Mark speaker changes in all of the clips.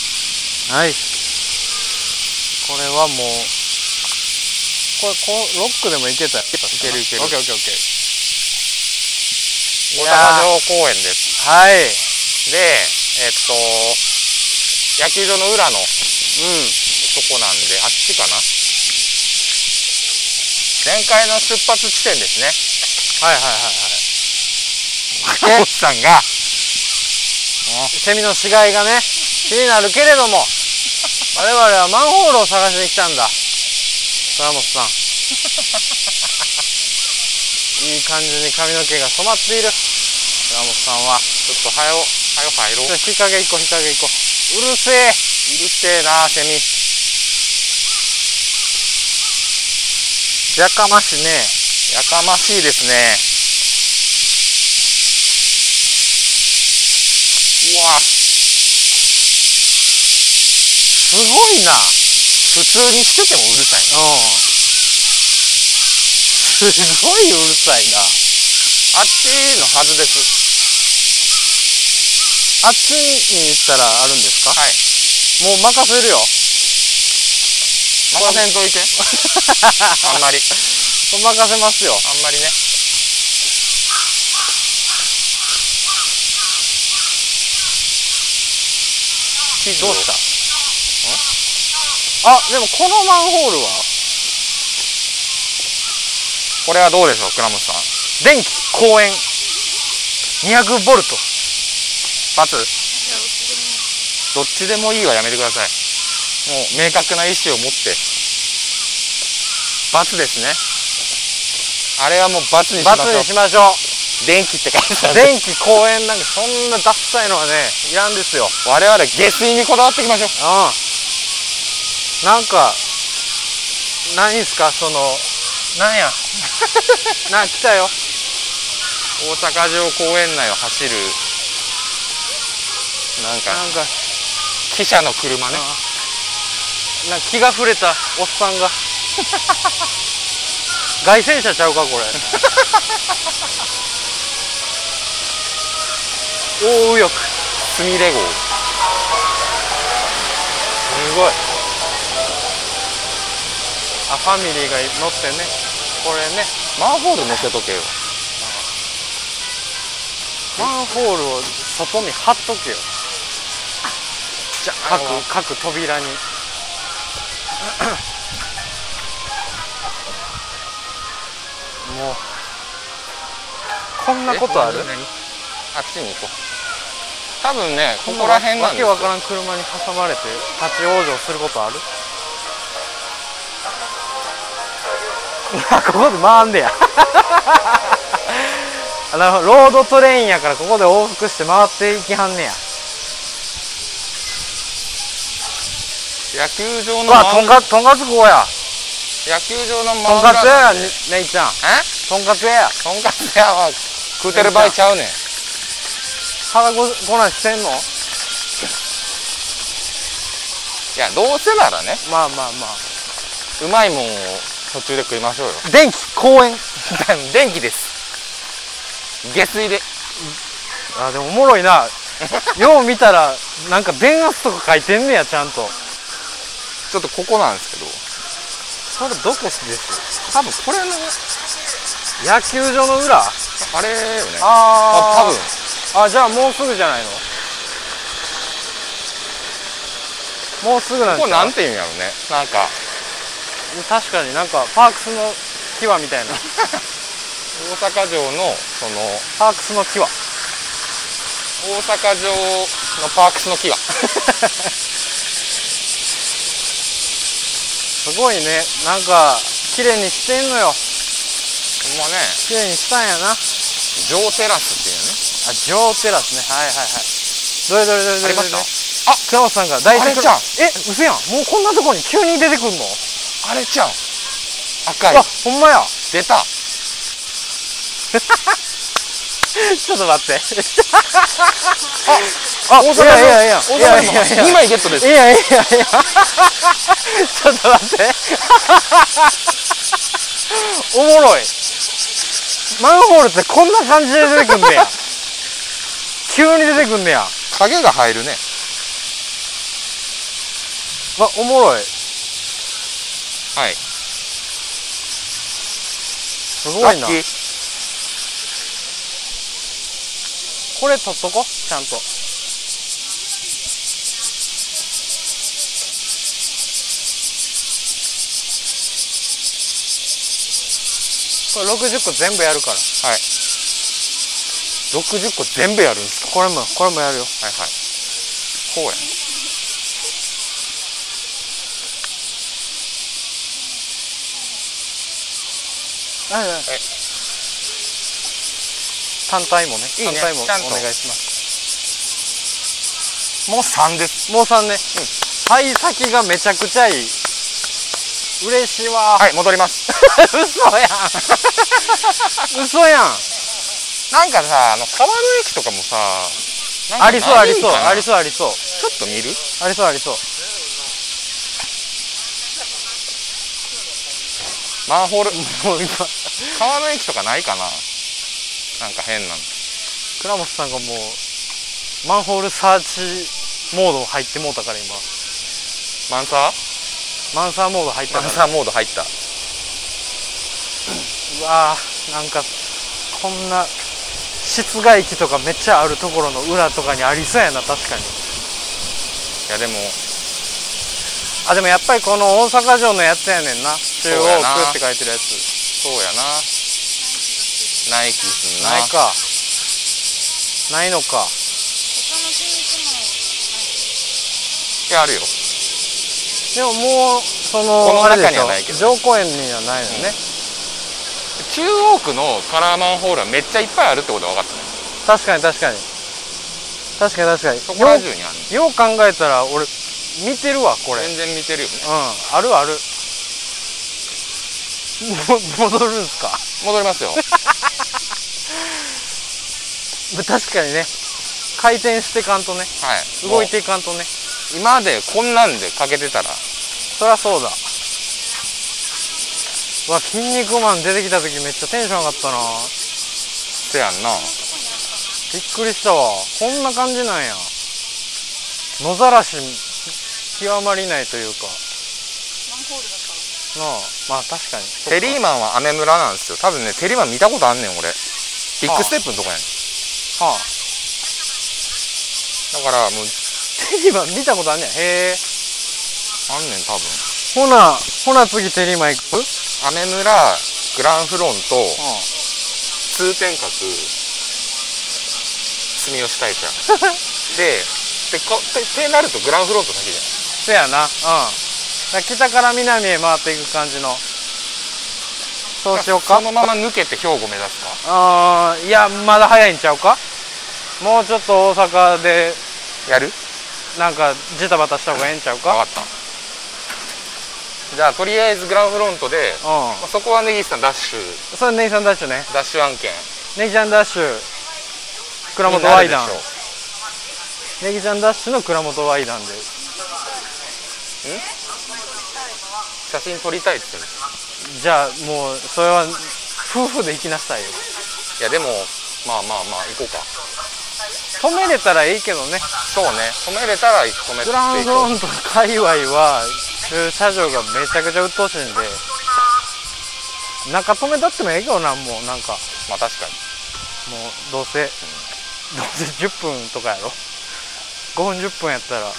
Speaker 1: はいこれはもうこれこうロックでもいけたよい
Speaker 2: けるいける
Speaker 1: オッケーオッケーオッケー
Speaker 2: 大阪城公園です
Speaker 1: はいうん
Speaker 2: でえっと野球場の裏のとこなんであっちかな前回の出発地点ですね
Speaker 1: はいはいは
Speaker 2: 赤
Speaker 1: い
Speaker 2: 星さんが
Speaker 1: はいセミの死骸がね気になるけれども我々はマンホールを探しに来たんだ倉本 さんいい感じに髪の毛が染まっている倉本さんは
Speaker 2: ちょっと早よ早よ入ろう
Speaker 1: ちょ日陰行こう日陰行こううるせえ
Speaker 2: うるせえなセミ
Speaker 1: やかましいね
Speaker 2: やかましいですねうわ
Speaker 1: すごいな
Speaker 2: 普通にしててもうるさいな
Speaker 1: うんすごいうるさいな
Speaker 2: あっちのはずです
Speaker 1: あっちに行ったらあるんですか
Speaker 2: はい
Speaker 1: もう任せるよ
Speaker 2: 任せんといてあんまりあ
Speaker 1: 任せますよ
Speaker 2: んまりね
Speaker 1: どうしたあでもこのマンホールは
Speaker 2: これはどうでしょう倉本さん
Speaker 1: 電気公園200ボルト
Speaker 2: バツどっちでもいいはやめてくださいもう明確な意思を持ってバツですねあれはもうバツにしまし
Speaker 1: バツ
Speaker 2: ょ
Speaker 1: に
Speaker 2: う
Speaker 1: しましょう
Speaker 2: 電気って感じなんで
Speaker 1: 電気公園なんかそんなダッサいのはねいらんですよ
Speaker 2: 我々下水にこだわっていきましょう
Speaker 1: うんなんか何ですかその
Speaker 2: なんや
Speaker 1: な来たよ
Speaker 2: 大阪城公園内を走るなん
Speaker 1: な
Speaker 2: か
Speaker 1: んか
Speaker 2: 汽車の車ね
Speaker 1: なんか気が触れたおっさ んが外旋車ちゃうか これ大右翼
Speaker 2: すみれ号
Speaker 1: すごいあファミリーが乗ってねこれね
Speaker 2: マンホール乗せとけよ
Speaker 1: マンホールを外に貼っとけよ
Speaker 2: じゃあ
Speaker 1: 各各扉にもうこんなことある
Speaker 2: あっちに行こう多分ねこ
Speaker 1: こ
Speaker 2: こら辺なんですよ
Speaker 1: わけわからん車に挟まれて立ち往生することある ここで回んねや あなるほどロードトレインやからここで往復して回っていきはんねや
Speaker 2: 野球場
Speaker 1: う
Speaker 2: の
Speaker 1: わ
Speaker 2: マ
Speaker 1: と
Speaker 2: ウ
Speaker 1: ん
Speaker 2: ン
Speaker 1: かとんかつここや
Speaker 2: 野球場の
Speaker 1: と
Speaker 2: マウ
Speaker 1: ん
Speaker 2: ンド
Speaker 1: かつ
Speaker 2: な
Speaker 1: 屋や
Speaker 2: んで
Speaker 1: 姉ちゃん
Speaker 2: え
Speaker 1: とんかつ屋や
Speaker 2: とんかつ屋は食うてる場合ちゃうねん
Speaker 1: 腹ごごなししてんの
Speaker 2: いやどうせならね
Speaker 1: まあまあま
Speaker 2: うまいもんを途中で食いましょうよ
Speaker 1: あ電気公園
Speaker 2: 電気です下水で
Speaker 1: あでもおもろ いなよう見たらなんか電圧とか書いてんねやちゃんと
Speaker 2: ちょっとここなんですけど
Speaker 1: それどこです
Speaker 2: 多分これの
Speaker 1: 野球場の裏
Speaker 2: あれよね
Speaker 1: あ
Speaker 2: あ多分
Speaker 1: あじゃあもうすぐじゃないのもうすぐなん
Speaker 2: ここ
Speaker 1: ちゃ
Speaker 2: な
Speaker 1: うん
Speaker 2: ていうんやろねなんか
Speaker 1: 確かになんかパークスのキワみたい
Speaker 2: 大
Speaker 1: な
Speaker 2: 阪城のその
Speaker 1: パークスのキワ
Speaker 2: 大阪城のパークスの木が
Speaker 1: すごいねなんか綺麗にしてんのよ
Speaker 2: ほんまね
Speaker 1: 綺麗にしたんやなあ
Speaker 2: 城テラスっていうね
Speaker 1: 上テラスねはいはいはいどれどれどれどれ
Speaker 2: ありま
Speaker 1: あ倉本さんが大
Speaker 2: あれじゃん
Speaker 1: え嘘やんもうこんなとこに急に出てくんの、
Speaker 2: あれちゃん赤い
Speaker 1: あほんまや
Speaker 2: 出た
Speaker 1: ちょっと待って。あ、
Speaker 2: あ
Speaker 1: あ、い
Speaker 2: 大阪城
Speaker 1: やいやいや、
Speaker 2: 大
Speaker 1: いやい
Speaker 2: 阪
Speaker 1: や
Speaker 2: 城
Speaker 1: い
Speaker 2: 2
Speaker 1: や。
Speaker 2: 枚ゲットです
Speaker 1: いやいやいや。ちょっと待って。おもろい。マンホールってこんな感じで出てくんねや。急に出てくんねや。
Speaker 2: 影が入るね
Speaker 1: わおもろい
Speaker 2: はい
Speaker 1: すごい
Speaker 2: ラッ
Speaker 1: な
Speaker 2: キー
Speaker 1: これ取っとこちゃんとこれ60個全部やるから
Speaker 2: 60個全部やるんですか
Speaker 1: これもこれもやるよ
Speaker 2: はいはいこうや
Speaker 1: はいはい単体もね
Speaker 2: いいね
Speaker 1: 単体もお
Speaker 2: ちゃんと
Speaker 1: 願いし
Speaker 2: もう
Speaker 1: ます
Speaker 2: 3です
Speaker 1: もう3ね、はい先がめちゃくちゃいい嬉しいわ、
Speaker 2: はい戻ります
Speaker 1: 嘘やん嘘やん
Speaker 2: なんかさあの川の駅とかもさ
Speaker 1: ありそうありそうあり
Speaker 2: そ
Speaker 1: そうありそう
Speaker 2: うちょっと見る
Speaker 1: ありそうありそう
Speaker 2: マンホール
Speaker 1: もう今
Speaker 2: 川の駅とかないかななんか変なの
Speaker 1: 倉本さんがもうマンホールサーチモード入ってもうたから今
Speaker 2: マンサー
Speaker 1: マンサーモード入った
Speaker 2: マ
Speaker 1: か
Speaker 2: ン
Speaker 1: ら
Speaker 2: サーモード入った
Speaker 1: うわーなんかこんな室外機とかめっちゃあるところの裏とかにありそうやな確かに
Speaker 2: いやでも
Speaker 1: あでもやっぱりこの大阪城のやつやねんな中央
Speaker 2: そうやな
Speaker 1: 区って書いてるやつ
Speaker 2: そうやなない気すんな
Speaker 1: ないかないのか
Speaker 2: いやあるよ
Speaker 1: でももうその
Speaker 2: この中
Speaker 1: あれでし
Speaker 2: に
Speaker 1: ょ
Speaker 2: はないけど
Speaker 1: 城公園にはないのね、
Speaker 2: 中央区のカラーマンホールはめっちゃいっぱいあるってことは分かったね
Speaker 1: 確かに確かに確かに確かに
Speaker 2: そこら中にある
Speaker 1: よう考えたら俺見てるわこれうん
Speaker 2: 全然見てるよね
Speaker 1: あるあ るも戻るんすか
Speaker 2: 戻り ますよ
Speaker 1: 確かにね回転してかんとね
Speaker 2: はい
Speaker 1: 動いていかんとね
Speaker 2: もう今までこんなんでかけてたら
Speaker 1: そりゃそうだうわ筋肉マン出てきた時めっちゃテンション上がったな
Speaker 2: せやんな
Speaker 1: びっくりしたわこんな感じなんや野ざらし極まりないというかなあまあ確かに
Speaker 2: テリーマンは雨村なんですよ多分ねテリーマン見たことあんねん俺ビッグステップのとこやねん
Speaker 1: はあ
Speaker 2: だからもう
Speaker 1: テリーマン見たことあんねんへえ
Speaker 2: あんねん多分
Speaker 1: ほなほな次テリーマン行くうん
Speaker 2: 雨村グランフロント通天閣住吉大社ででこててなるとグランフロントだけじゃない
Speaker 1: せやなうんだから北から南へ回っていく感じのそうしようか
Speaker 2: そのまま抜けて兵庫目指すか
Speaker 1: あーいやまだ早いんちゃうかもうちょっと大阪で
Speaker 2: やる
Speaker 1: なんかジタバタした方がええんちゃう
Speaker 2: 分
Speaker 1: か
Speaker 2: かったじゃあとりあえずグランフロントで、ま
Speaker 1: う
Speaker 2: あそこは根岸さんダッシュ
Speaker 1: んそれネギさんダッシュね
Speaker 2: ダッシュ案件
Speaker 1: ネギちゃんダッシュ倉本
Speaker 2: にな
Speaker 1: ワ
Speaker 2: る
Speaker 1: イ
Speaker 2: でし
Speaker 1: ダ
Speaker 2: ょ
Speaker 1: ンネギちゃんダッシュの倉本ワイダンで
Speaker 2: 写真撮りたいって言ってる
Speaker 1: じゃあもうそれは夫婦で行きなさいよ
Speaker 2: いやでもまあまあまあ行こうか
Speaker 1: 止めれたらいいけどね
Speaker 2: そうね止めれたら止めて
Speaker 1: グラン
Speaker 2: い
Speaker 1: フ
Speaker 2: こ
Speaker 1: ロント界隈は駐車場がめちゃくちゃ鬱陶しいんで中止めだってもええけどなもうなんか
Speaker 2: うまあ確かに
Speaker 1: もうどうせどうせ10分とかやろ5分10分やったらい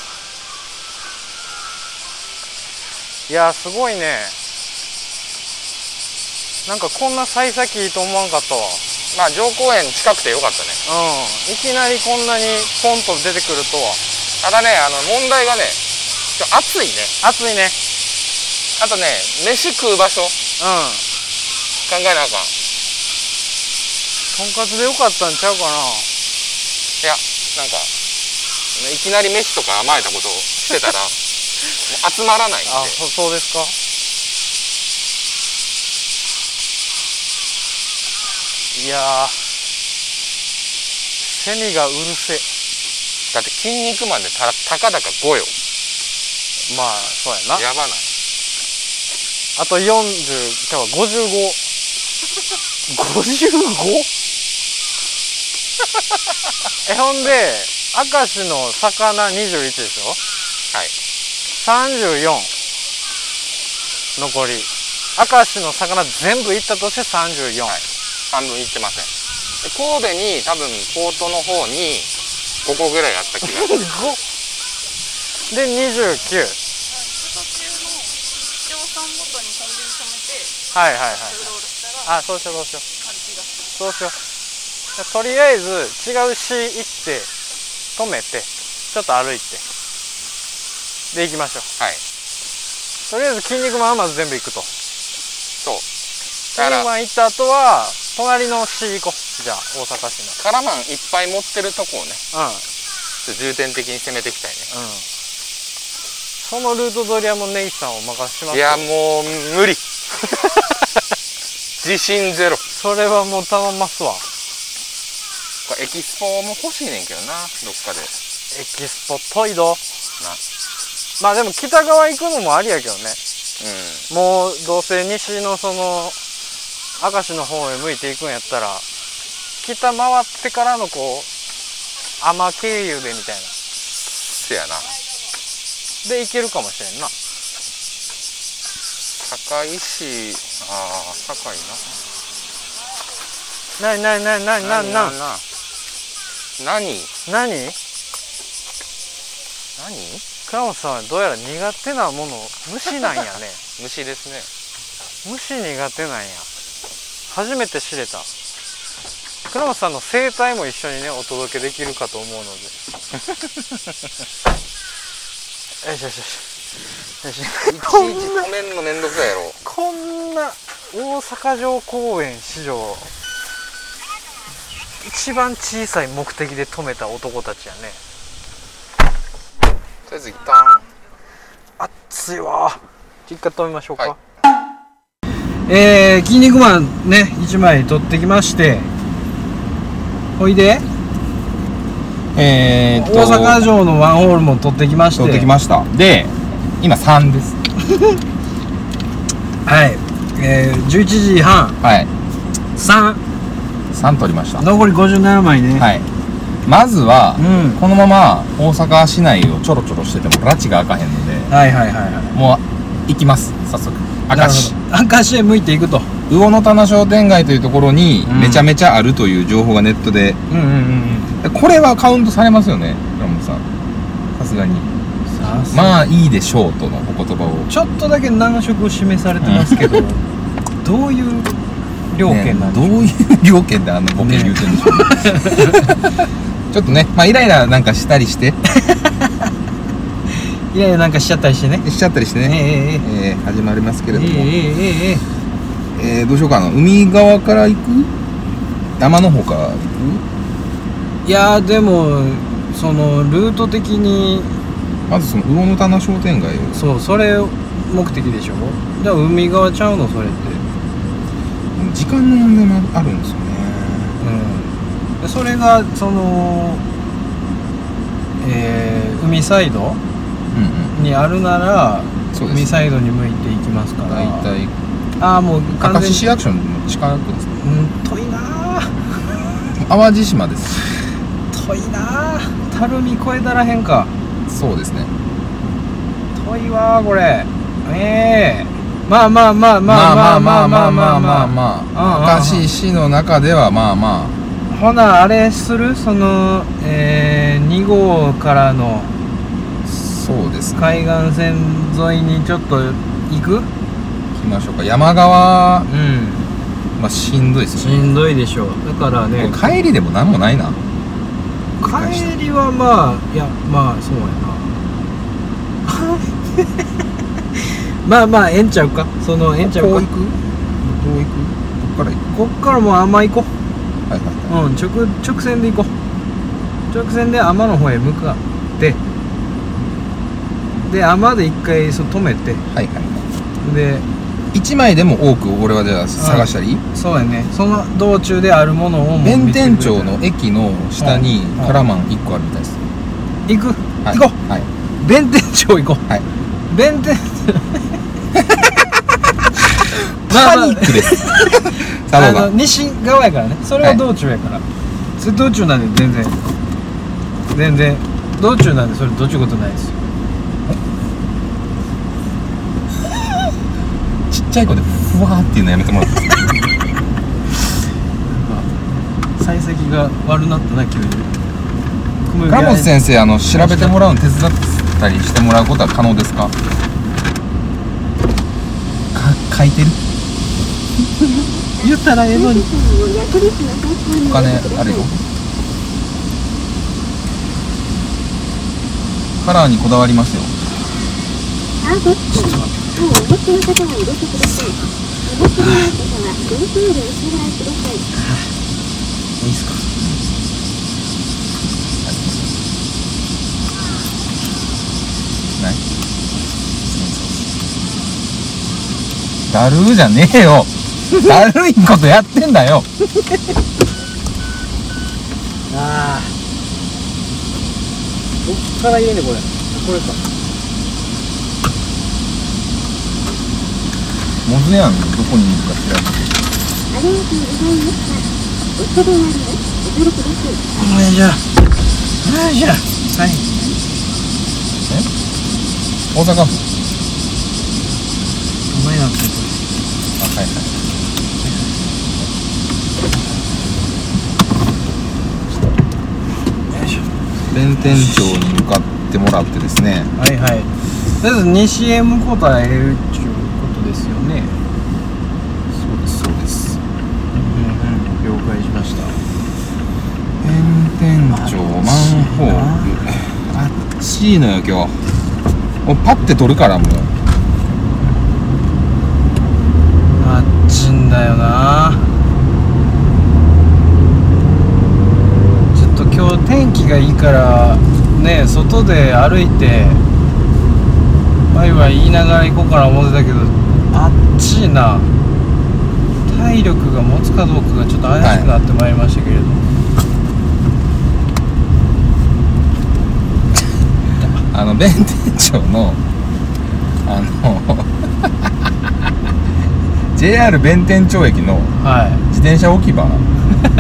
Speaker 1: やーすごいねなんかこんな幸先いいと思わんかったわう
Speaker 2: まあ城公園近くてよかったね
Speaker 1: んいきなりこんなにポンと出てくるとは
Speaker 2: ただねあの問題がねちょ暑いね
Speaker 1: 暑いね
Speaker 2: あとね飯食う場所
Speaker 1: うん
Speaker 2: 考えなあかん
Speaker 1: とんかつでよかったんちゃうかない
Speaker 2: やなんかいきなり飯とか甘えたことをしてたら もう集まらないん
Speaker 1: あ
Speaker 2: で
Speaker 1: そそうですかいやーセミがうるせえ
Speaker 2: だって「筋肉マン」でたらたかだか5よ
Speaker 1: まあそうやな
Speaker 2: やばない
Speaker 1: あと40今日は 5555? えほんで明石の魚21でしょ
Speaker 2: はい
Speaker 1: 34残り明石の魚全部行ったとして34、
Speaker 3: はい半分行ってませんで神戸に多分ポートの方に5個ぐらいあった気が
Speaker 1: ごで29
Speaker 4: 途中の市町村ごとにコンビニ止めて
Speaker 1: はいはいはいう
Speaker 4: ろうろしたら
Speaker 1: あそうしようそうしよう
Speaker 4: ある気がする
Speaker 1: そうしようとりあえず違う市行って止めてちょっと歩いてで行きましょう
Speaker 3: はい
Speaker 1: とりあえず筋肉マンはまず全部行くと
Speaker 3: そう
Speaker 1: 筋
Speaker 3: だから
Speaker 1: 肉マン行った後は隣の市行こうじゃあ大阪市
Speaker 3: カラマンいっぱい持ってるとこをね
Speaker 1: のうん
Speaker 3: ちょっと重点的に攻めていきたいね
Speaker 1: うんそのルート取りはもう根岸さんお任せします
Speaker 3: いやもう無 理自信ゼロ
Speaker 1: それはもう頼ますわ
Speaker 3: これエキスポも欲しいねんけどなどっかで
Speaker 1: エキスポ遠いどまあでも北側行くのもありやけどね
Speaker 3: う
Speaker 1: もうどうせ西のその明石の方へ向いていくんやったら北回ってからのこう天経由でみたいなん
Speaker 3: せやな
Speaker 1: で行けるかもしれんな
Speaker 3: 堺市ああ堺な
Speaker 1: なになになになになになに
Speaker 3: な何
Speaker 1: 何
Speaker 3: 何
Speaker 1: 倉本さんはどうやら苦手なもの虫なんやね
Speaker 3: 虫ですね
Speaker 1: 虫苦手なんや初めて知れた倉本さんの生態も一緒にねお届けできるかと思うのでよしよしよしよし
Speaker 3: いちいち止めんのめんどくさいやろ
Speaker 1: こんな大阪城公園史上一番小さい目的で止めた男たちやね
Speaker 3: とりあえず一旦
Speaker 1: 熱いわ一回止めましょうか、
Speaker 3: はい
Speaker 1: えー、筋肉マンね1枚取ってきましてほいで
Speaker 2: えー、っと
Speaker 1: 大阪城のワンホールも取ってきまして
Speaker 2: 取ってきましたで今3です
Speaker 1: はい、えー、11時半
Speaker 2: はい
Speaker 1: 3
Speaker 2: 3取りました
Speaker 1: 残り57枚ね、
Speaker 2: はいまずは、
Speaker 1: うん
Speaker 2: このまま大阪市内をちょろちょろしてても拉致が開かへんので
Speaker 1: はいはいはいはい
Speaker 2: もう行きます早速明石
Speaker 1: なるほど明石へ向いていくと
Speaker 2: 魚の棚商店街というところに
Speaker 1: うん
Speaker 2: めちゃめちゃあるという情報がネットで、
Speaker 1: うんうんうん
Speaker 2: これはカウントされますよね倉本さんさすがにまあいいでしょうとのお言葉を
Speaker 1: ちょっとだけ難色を示されてますけど、 どういう料金なんで
Speaker 2: ねどういう料金であのボケ言うてるんでしょうね ちょっとねまあイライラなんかしたりして
Speaker 1: いやいやなんかしちゃったりしてね
Speaker 2: しちゃったりして
Speaker 1: ええ
Speaker 2: ね、
Speaker 1: ええ
Speaker 2: えー始まりますけれども、
Speaker 1: え
Speaker 2: え
Speaker 1: ええええ
Speaker 2: ーどうしようかな海側から行く山の方から行
Speaker 1: えいやでもそのルート的に
Speaker 2: くまずその魚の棚商店街を
Speaker 1: そうそれ目的でしょじゃあ海側ちゃうのそれって
Speaker 2: 時間の問題もあるんですよね
Speaker 1: うんでそれがそのえー海サイド
Speaker 2: うんうん
Speaker 1: にあるなら
Speaker 2: そうで
Speaker 1: 海
Speaker 2: す
Speaker 1: サイドに向いていきますから
Speaker 2: 大体
Speaker 1: ああもう完
Speaker 2: 明石
Speaker 1: 全に
Speaker 2: 市役所の近くですね
Speaker 1: うん遠いなあ
Speaker 2: 淡路島です
Speaker 1: 遠いなあ垂水越えたらへんか
Speaker 2: そうですね
Speaker 1: 遠いわあこれええまあまあまあまあまあまあまあまあまあま
Speaker 2: ま
Speaker 1: うんうん
Speaker 2: あ明石市の中ではまあまあ
Speaker 1: あほなあれするそのえー、2号からの
Speaker 2: そうですね
Speaker 1: 海岸線沿いにちょっと行くう
Speaker 2: 行
Speaker 1: ん
Speaker 2: きましょうか山側まあしんどいです
Speaker 1: し
Speaker 2: よね
Speaker 1: んどいでしょうだからね
Speaker 2: これ帰りでもなんもないな返し
Speaker 1: 帰りはまあいやまあそうやな まあまあええんちゃうかそのええんちゃう
Speaker 2: こ
Speaker 1: か
Speaker 2: う行くどう行くこっから行く
Speaker 1: こっからもう甘いこ
Speaker 2: はいはいは
Speaker 1: うん直直線で行こう直線で天の方へ向かってで天で一回そう止めて
Speaker 2: いはいは
Speaker 1: で
Speaker 2: い1枚でも多く俺はじゃあ探したり
Speaker 1: そうやねその道中であるものをもう
Speaker 2: 弁
Speaker 1: 見てく
Speaker 2: 天
Speaker 1: れた
Speaker 2: 町の駅の下に
Speaker 1: うん
Speaker 2: カラマン1個あるみたいです
Speaker 1: 行く
Speaker 2: はい
Speaker 1: 行こ
Speaker 2: は
Speaker 1: 弁天町行こう
Speaker 2: はい
Speaker 1: 弁天 まあま
Speaker 2: い
Speaker 1: あ
Speaker 2: パニックですさあどう
Speaker 1: あの
Speaker 2: ぞ
Speaker 1: 西側やからねそれは道中やから、それ道中なんで全然全然道中なんでそれどっちゅうことないですよ
Speaker 2: ちゃい声でふわーっていうのやめ てもらっていいですか
Speaker 1: 幸先が悪なったな急に雲
Speaker 2: 倉本先生あの調べてもらうの手伝ったりしてもらうことは可能ですかか書いてる
Speaker 1: 言ったらええのに
Speaker 2: お金あるよカラーにこだわりますよないだるーじゃねえ よだるいことやってんだよ
Speaker 1: ああどっから入れんねこれこれか
Speaker 2: モズヤンどこにいるか知らない
Speaker 1: これじゃこれじゃはい
Speaker 2: 大阪府
Speaker 1: お前なんて
Speaker 2: あはいはい弁天町に向かってもらってですね
Speaker 1: はいはいとりあえず西へ向こうとはええっていうことですよね
Speaker 2: そうですそうです
Speaker 1: うんうん了解しました
Speaker 2: 弁天町マンホールあっちいのよ今日もうパッて取るからもう
Speaker 1: あっちんだよなちょっと今日天気がいいからね外で歩いてワイワイ言いながら行こうかな思ってたけどあっちいな体力が持つかどうかがちょっと怪しくなってまいりましたけれども、
Speaker 2: あの弁天町のあの JR 弁天町駅の
Speaker 1: はい、
Speaker 2: 自転車置き場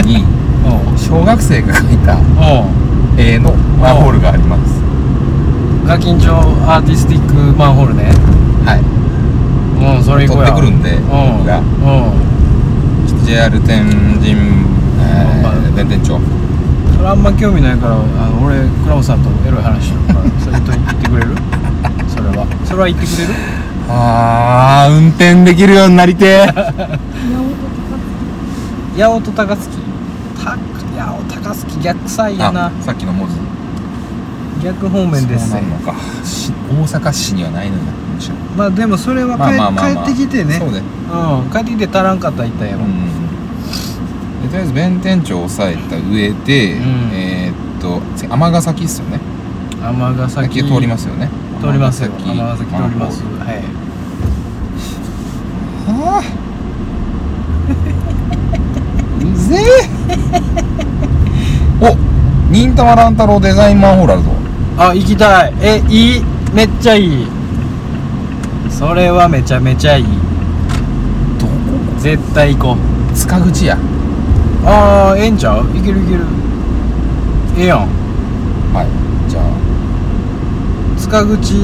Speaker 2: に小学生が描いた
Speaker 1: おうお
Speaker 2: 絵のマンホールがあります
Speaker 1: うガキンチョアーティスティックマンホールね
Speaker 2: はい
Speaker 1: うんそれ行
Speaker 2: 取
Speaker 1: こ
Speaker 2: っ
Speaker 1: うや
Speaker 2: てくるんで
Speaker 1: うん
Speaker 2: 僕が
Speaker 1: う
Speaker 2: JR 天神、えー、弁天町
Speaker 1: んそれあんま興味ないからあの俺倉本さんとエロい話しよ うからそれと言ってくれるそれはそれは言ってくれる
Speaker 2: あー運転できるようになりてー
Speaker 1: 八乙高槻た八乙高槻逆サイやな
Speaker 2: あさっきの文字
Speaker 1: 逆方面です
Speaker 2: そう
Speaker 1: ね
Speaker 2: なのかし大阪市にはないのよむしろ
Speaker 1: まあでもそれは帰,、帰ってきてね
Speaker 2: そうね
Speaker 1: うん帰ってきて足らんかったら言ったんやろ、
Speaker 2: うんでとりあえず弁天町を抑えた上で、
Speaker 1: うん
Speaker 2: えーっと次尼崎っすよね
Speaker 1: 尼
Speaker 2: さっ
Speaker 1: 崎
Speaker 2: き通りますよね
Speaker 1: 通りますよ
Speaker 2: 尼
Speaker 1: 尼崎通ります
Speaker 2: マンホール
Speaker 1: はい
Speaker 2: はあうぜえお忍たま乱太郎デザインマンホールあるぞ
Speaker 1: あ行きたいえいいめっちゃいいそれはめちゃめちゃいい
Speaker 2: どこ
Speaker 1: 絶対行こう
Speaker 2: 塚口や
Speaker 1: ああええんちゃういけるいけるええやん
Speaker 2: はいじゃあ
Speaker 1: 塚口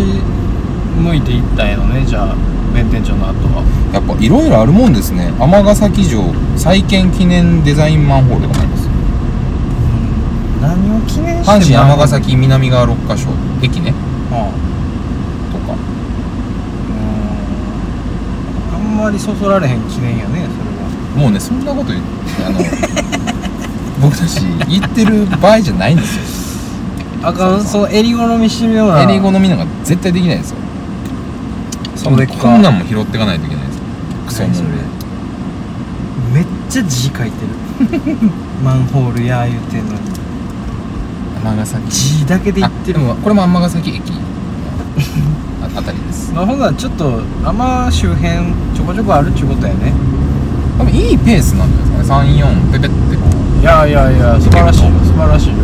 Speaker 1: 向いて行ったんやのねじゃあ弁天町の後は
Speaker 2: やっぱいろいろあるもんですね尼崎城再建記念デザインマンホールとかあります
Speaker 1: 何を記念して
Speaker 2: 阪神
Speaker 1: も
Speaker 2: 尼崎南側6カ所駅ね
Speaker 1: うん
Speaker 2: とか
Speaker 1: うんあんまりそそられへん記念やねそ
Speaker 2: もうねそんなこと言って あの僕たち言ってる場合じゃないんですよ
Speaker 1: れはあかん
Speaker 2: そ
Speaker 1: その襟好みしてるような
Speaker 2: エリゴのみなんか絶対できないですよ
Speaker 1: それか
Speaker 2: こんなんも拾っていかないといけないですよクソもんで
Speaker 1: 何めっちゃ字書いてる マンホールや言うてんのに
Speaker 2: 尼崎
Speaker 1: 字だけで言ってる
Speaker 2: あでもこれも尼崎 駅ああたりです
Speaker 1: まあ、ほんならちょっと天周辺ちょこちょこあるっちゅうことやね
Speaker 2: 多分いいペースなんじゃないですかね34ペペってこ
Speaker 1: いやいやいや素晴らしいよ素晴らしいよ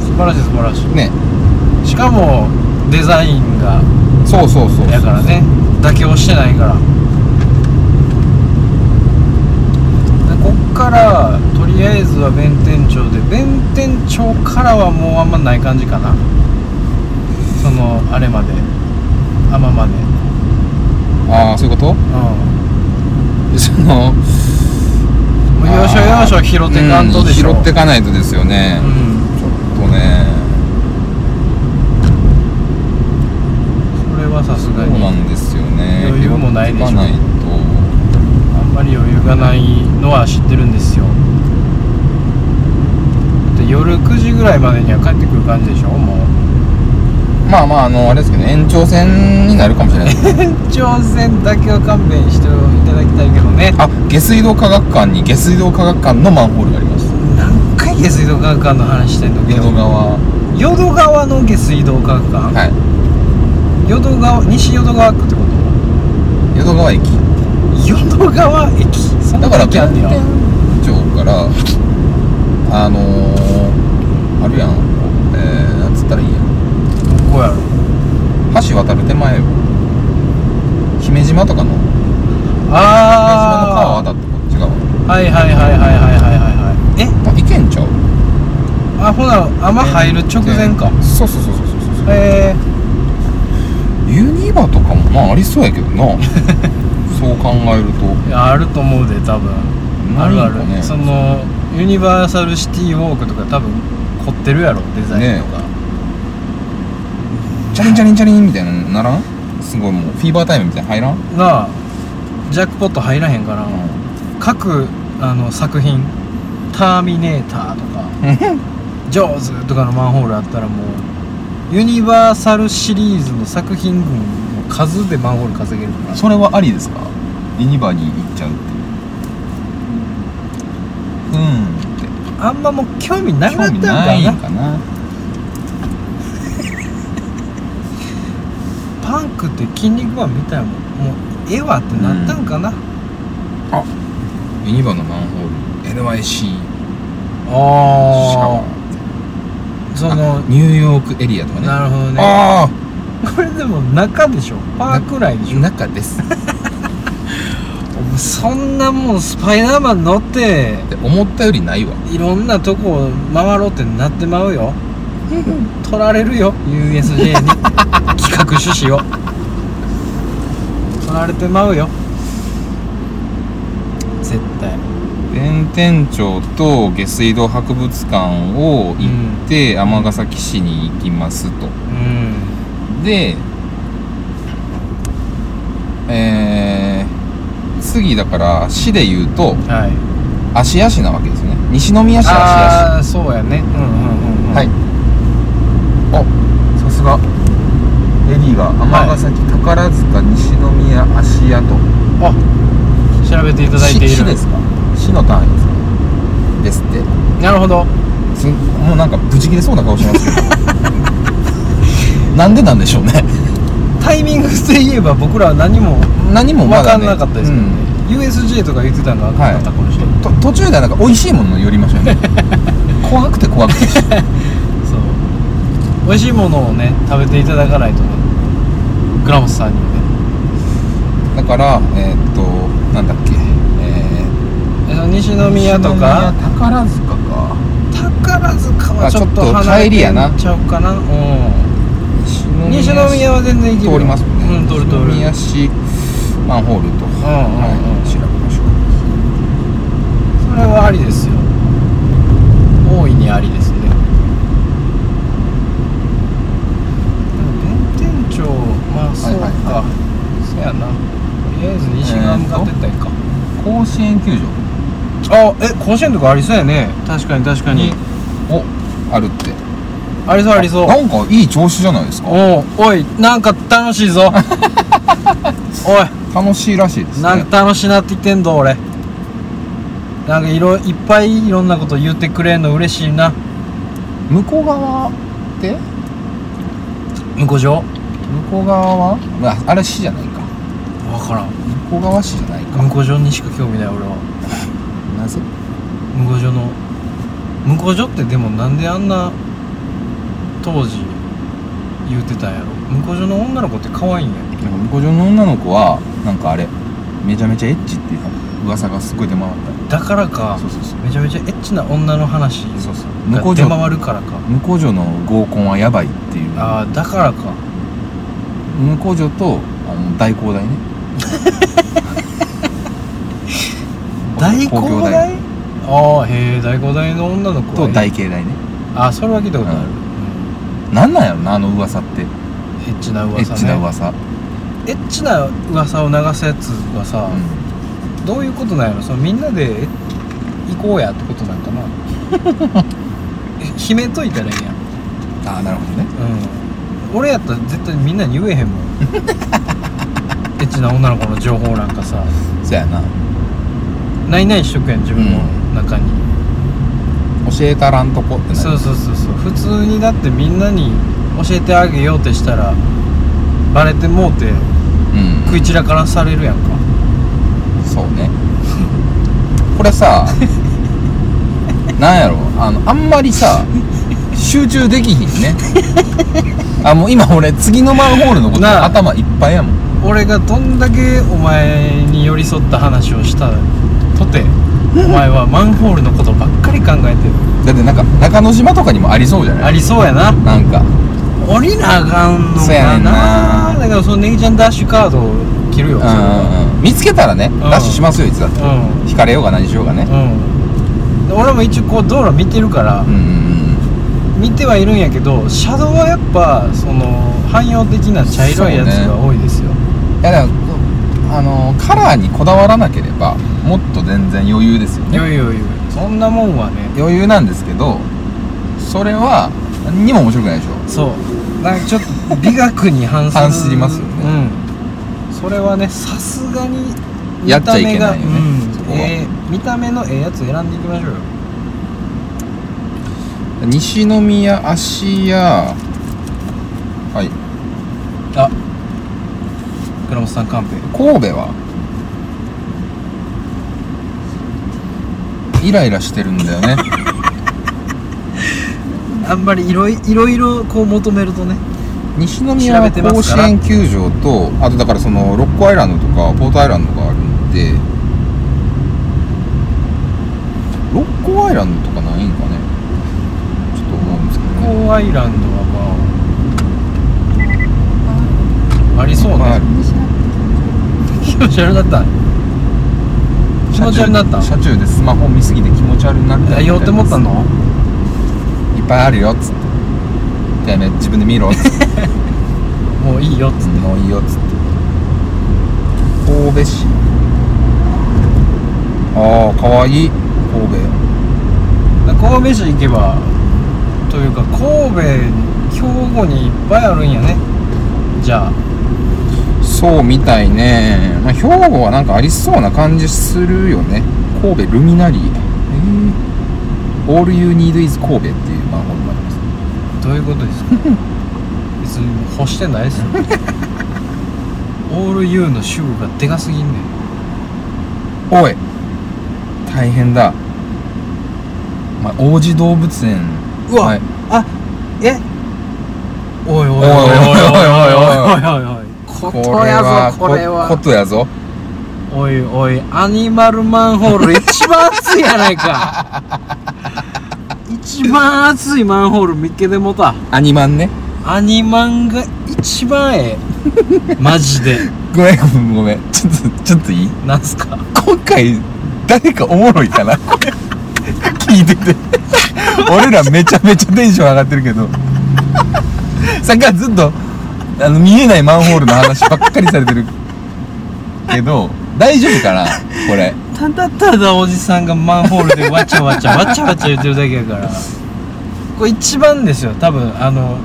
Speaker 1: 素晴らしい素晴らし
Speaker 2: うね
Speaker 1: いしかもデザインが
Speaker 2: そうそうそうそう
Speaker 1: やからね妥協してないからでこっからとりあえずは弁天町で弁天町からはもうあんまない感じかなそのあれまで天まで
Speaker 2: ああそういうことその
Speaker 1: うんもう要所要所拾っていかんとでしょ
Speaker 2: うん拾ってかないとですよね
Speaker 1: う、ん
Speaker 2: ちょっとね
Speaker 1: それはさす
Speaker 2: そ
Speaker 1: が
Speaker 2: う
Speaker 1: に
Speaker 2: な
Speaker 1: あ
Speaker 2: んですよね
Speaker 1: 余裕もないで
Speaker 2: 拾ってか
Speaker 1: しょ
Speaker 2: ないと
Speaker 1: んまり余裕がないのは知ってるんですよで夜9時ぐらいまでには帰ってくる感じでしょもう
Speaker 2: まあまああのあれですけど延長戦になるかも しれないですね
Speaker 1: 挑戦だけは勘弁していただきたいけどね
Speaker 2: あ下水道科学館に下水道科学館のマンホールがあります
Speaker 1: 何回下水道科学館の話してんの
Speaker 2: 江戸川は
Speaker 1: 淀川の下水道科学館、
Speaker 2: い
Speaker 1: 淀川西淀川区ってこと
Speaker 2: 淀川駅
Speaker 1: 淀川駅そんな
Speaker 2: だから
Speaker 1: 駅あんねや
Speaker 2: 町からあのー、あるやんえー、なんつったらいいや
Speaker 1: どこやろ
Speaker 2: 橋渡る手前よ姫島とかの姫島の川
Speaker 1: あ
Speaker 2: 渡ってこっち側
Speaker 1: あはいはいはいはいはいはいはいはいえ
Speaker 2: あ行けんちゃう
Speaker 1: あほな雨入る直前か
Speaker 2: そうそうそうそうそうそう
Speaker 1: え
Speaker 2: ユニバとかもまあありそうやけ どなそう考えると
Speaker 1: ー、いやあると思うで多分あるある、
Speaker 2: ね
Speaker 1: そのユニバーサルシティウォークとか多分凝ってるやろデザインとか、
Speaker 2: チャリンチャリンチャリンみたいなのならんすごいもうフィーバータイムみたいなの入らん、
Speaker 1: なあジャックポット入らへんから、
Speaker 2: う
Speaker 1: 各あの作品「ターミネーター」とか「ジョーズ」とかのマンホールあったらもうユニバーサルシリーズの作品群の数でマンホール稼げるか ら
Speaker 2: それはありですかユニバに行っちゃうってうんって
Speaker 1: あんまもう興味なくなったんか
Speaker 2: 興味
Speaker 1: な
Speaker 2: ないかな
Speaker 1: パンクって筋肉マンみたいなもんもうええわってなったんかな、
Speaker 2: ユニバのマンホール NYC シャワ
Speaker 1: あ
Speaker 2: ー
Speaker 1: あその
Speaker 2: ニューヨークエリアとかね
Speaker 1: なるほどね
Speaker 2: あ
Speaker 1: これでも中でしょパーク内でし
Speaker 2: あ
Speaker 1: ょ
Speaker 2: 中ですっ
Speaker 1: そんなもんスパイダーマン乗って
Speaker 2: て思ったよりないわ
Speaker 1: いろんなとこ回ろうってなってまう よ取られるよ USJ に 企画趣旨を取られてまうよ絶対
Speaker 2: 弁天町と下水道博物館を
Speaker 1: う
Speaker 2: 行
Speaker 1: ん
Speaker 2: って尼崎市に行きますと
Speaker 1: うん
Speaker 2: でえー、次だから市で言うと
Speaker 1: はい
Speaker 2: 芦屋市なわけですね西宮市芦屋
Speaker 1: ああーそうやねうんうんうんうん
Speaker 2: 市はいおさすがエリーが尼崎、宝塚西宮芦屋と
Speaker 1: 調べていただいてい
Speaker 2: 市市で
Speaker 1: る
Speaker 2: すか市の単位ですかですって
Speaker 1: なるほど
Speaker 2: すもうなんかブチ切れそうな顔し ますけどなんでなんでしょうね
Speaker 1: タイミングで言えば僕らは何も
Speaker 2: 何も
Speaker 1: 分
Speaker 2: ま
Speaker 1: か
Speaker 2: だ、
Speaker 1: ん
Speaker 2: ね、
Speaker 1: なかったですけどね
Speaker 2: うん
Speaker 1: USJ とか言ってたのが分かんなかったかもしれない、
Speaker 2: と途中でなんか美味しいものに寄りましたよね 怖くて怖くて
Speaker 1: そう美味しいものをね食べていただかないとね倉本さんにもね
Speaker 2: だからえーっとなんだっけえ
Speaker 1: えその西
Speaker 2: ー
Speaker 1: 宮とか
Speaker 2: 西宮宝塚か
Speaker 1: 宝塚は
Speaker 2: あ
Speaker 1: ちょっと
Speaker 2: ちょっと
Speaker 1: 離れ
Speaker 2: 帰り
Speaker 1: て
Speaker 2: やなん
Speaker 1: ちゃうかなうん
Speaker 2: 西
Speaker 1: 西宮は全然行けるよ
Speaker 2: 通りますもんね、
Speaker 1: うん通る通る
Speaker 2: 西宮市マンホールと、
Speaker 1: うんうんうん
Speaker 2: はい、調べましょう
Speaker 1: それはありですよ大いにありですねでも弁天町まあそうか、
Speaker 2: はいはいは
Speaker 1: そうやなとりあえず西側向かってったらいいか、
Speaker 2: 甲子園球場
Speaker 1: あえ甲子園とかありそうやね確かに確かに、
Speaker 2: おあるって
Speaker 1: ありそうありそう
Speaker 2: なんかいい調子じゃないですか
Speaker 1: おうおいなんか楽しい ぞおい
Speaker 2: 楽しいらしいですね
Speaker 1: なんか楽しなってきてんぞ俺なんかいろいっぱいいろんなこと言ってくれんの嬉しいな
Speaker 2: 向こう側って
Speaker 1: 向こう上
Speaker 2: 向こう側はまああれ市じゃないか
Speaker 1: 分からん
Speaker 2: 向こう側市じゃないか
Speaker 1: 向こう上にしか興味ない俺は
Speaker 2: なぜ
Speaker 1: 向こう上の向こう上ってでもなんであんな当時言うてたんやろ向こう上の女の子って可愛いんや
Speaker 2: なんか向こう上の女の子はなんかあれめちゃめちゃエッチっていう噂がすごい出回っ
Speaker 1: だからか
Speaker 2: たそうそうそう
Speaker 1: めちゃめちゃエッチな女の話
Speaker 2: そうそう向こ
Speaker 1: が
Speaker 2: う
Speaker 1: 出
Speaker 2: 上
Speaker 1: 回るからか
Speaker 2: 向こう上の合コンはやばいっていう
Speaker 1: ああだからか
Speaker 2: 向こう上とあの大工大ね
Speaker 5: 大
Speaker 2: 工
Speaker 5: 工
Speaker 2: 大
Speaker 5: 大ああへえ大工大の女の子
Speaker 2: と
Speaker 5: 大
Speaker 2: 大慶大ね
Speaker 5: あそれは聞いたことある、
Speaker 2: うんなんなんやろなあの噂って
Speaker 5: エッチな
Speaker 2: エ
Speaker 5: 噂ね
Speaker 2: ッチな噂、
Speaker 5: エッチな噂を流すやつはさ、どういうことなんやろそのみんなで行こうやってことなんかなえ決めといたらいいやん
Speaker 2: ああなるほどね
Speaker 5: うん俺やったら絶対みんなに言えへんもんエッチな女の子の情報なんかさ
Speaker 2: そやな
Speaker 5: ないないしとくやん自分の中に、
Speaker 2: 教えたらんとこってなる
Speaker 5: そうそうそうそう普通にだってみんなに教えてあげようってしたらバレてもうて
Speaker 2: うん
Speaker 5: 食い散らからされるやんか
Speaker 2: そうねこれさなんやろあのあんまりさ集中できひんねあもう今俺次のマンホールのことで
Speaker 5: なあ
Speaker 2: 頭いっぱいやもん
Speaker 5: 俺がどんだけお前に寄り添った話をしたとてお前はマンホールのことばっかり考えてる
Speaker 2: だってなんか中之島とかにもありそうじゃな
Speaker 5: あ
Speaker 2: い
Speaker 5: りそうやな
Speaker 2: なんか
Speaker 5: 降りなあかんの
Speaker 2: そうや
Speaker 5: か
Speaker 2: ねん
Speaker 5: な
Speaker 2: な
Speaker 5: だからそのネギちゃんダッシュカードを切るよそれは
Speaker 2: うんうんうん見つけたらねダッシュしますよいつだって
Speaker 5: うん
Speaker 2: 引かれようが何しようがね
Speaker 5: うんで俺も一応こう道路見てるから
Speaker 2: うん
Speaker 5: 見てはいるんやけど車道はやっぱその汎用的な茶色いやつ
Speaker 2: そうね
Speaker 5: が多いですよ、
Speaker 2: うんいやだからあのカラーにこだわらなければもっと全然余裕ですよね
Speaker 5: よいよいよいそんなもんはね
Speaker 2: 余裕なんですけどそれは何にも面白くないでしょ
Speaker 5: そうなんかちょっと美学に反する
Speaker 2: 反すりますよね
Speaker 5: うんそれはねさすがに
Speaker 2: やっちゃいけないよね
Speaker 5: 見
Speaker 2: そ
Speaker 5: た
Speaker 2: こは
Speaker 5: 目が、うんええ見た目のええやつ選んでいきましょうよ
Speaker 2: 西宮芦屋はい
Speaker 5: 倉本さんカンペ
Speaker 2: 神戸はイライラしてるんだよ ね
Speaker 5: あんまりいろいいろいろこう求めるとね
Speaker 2: 西宮は
Speaker 5: 調べてま
Speaker 2: 甲
Speaker 5: す
Speaker 2: 子
Speaker 5: から
Speaker 2: 園球場とあとだからそのロックアイランドとかポートアイランドがあるんでロックアイランドとかないんかねちょっと思うんですけどね
Speaker 5: コーアイランドはまあありそう
Speaker 2: まあ
Speaker 5: ね気持ち悪なった気持ち悪なった
Speaker 2: 車中でスマホ見すぎて気持ち悪になった
Speaker 5: え酔ってもったの
Speaker 2: いっぱいあるよっつってやめ自分で見ろっつって
Speaker 5: もういいよっつって
Speaker 2: もういいよっつって神戸市ああかわいい神戸
Speaker 5: 神戸市行けばというか神戸兵庫にいっぱいあるんやねじゃあ
Speaker 2: そうみたいね、まあ、兵庫はなんかありそうな感じするよね神戸ルミナリーえー、All You Need Is 神戸っていうマンホールもあります
Speaker 5: どういうこと ですか別に干してないですよオールユーの主語がでかすぎんねん
Speaker 2: おい大変だお前王子動物園
Speaker 5: うわ
Speaker 2: はい
Speaker 5: おいおいおいおいおいおいおいおいおいことやぞこれは
Speaker 2: ことやぞ
Speaker 5: おいおいアニマルマンホール一番熱いやないか一番熱いマンホール見っけてもうた
Speaker 2: アニマンね
Speaker 5: アニマンが一番ええマジで
Speaker 2: ごめんごめんごめんちょっとちょっといい
Speaker 5: なんすか
Speaker 2: 今回誰かおもろいかな 聞いてて俺らめちゃめちゃテンション上がってるけどさっきからずっとあの見えないマンホールの話ばっかりされてるけど大丈夫かなこれ
Speaker 5: ただただおじさんがマンホールでわちゃわちゃわちゃわちゃ言ってるだけやからこれ一番ですよ多分あの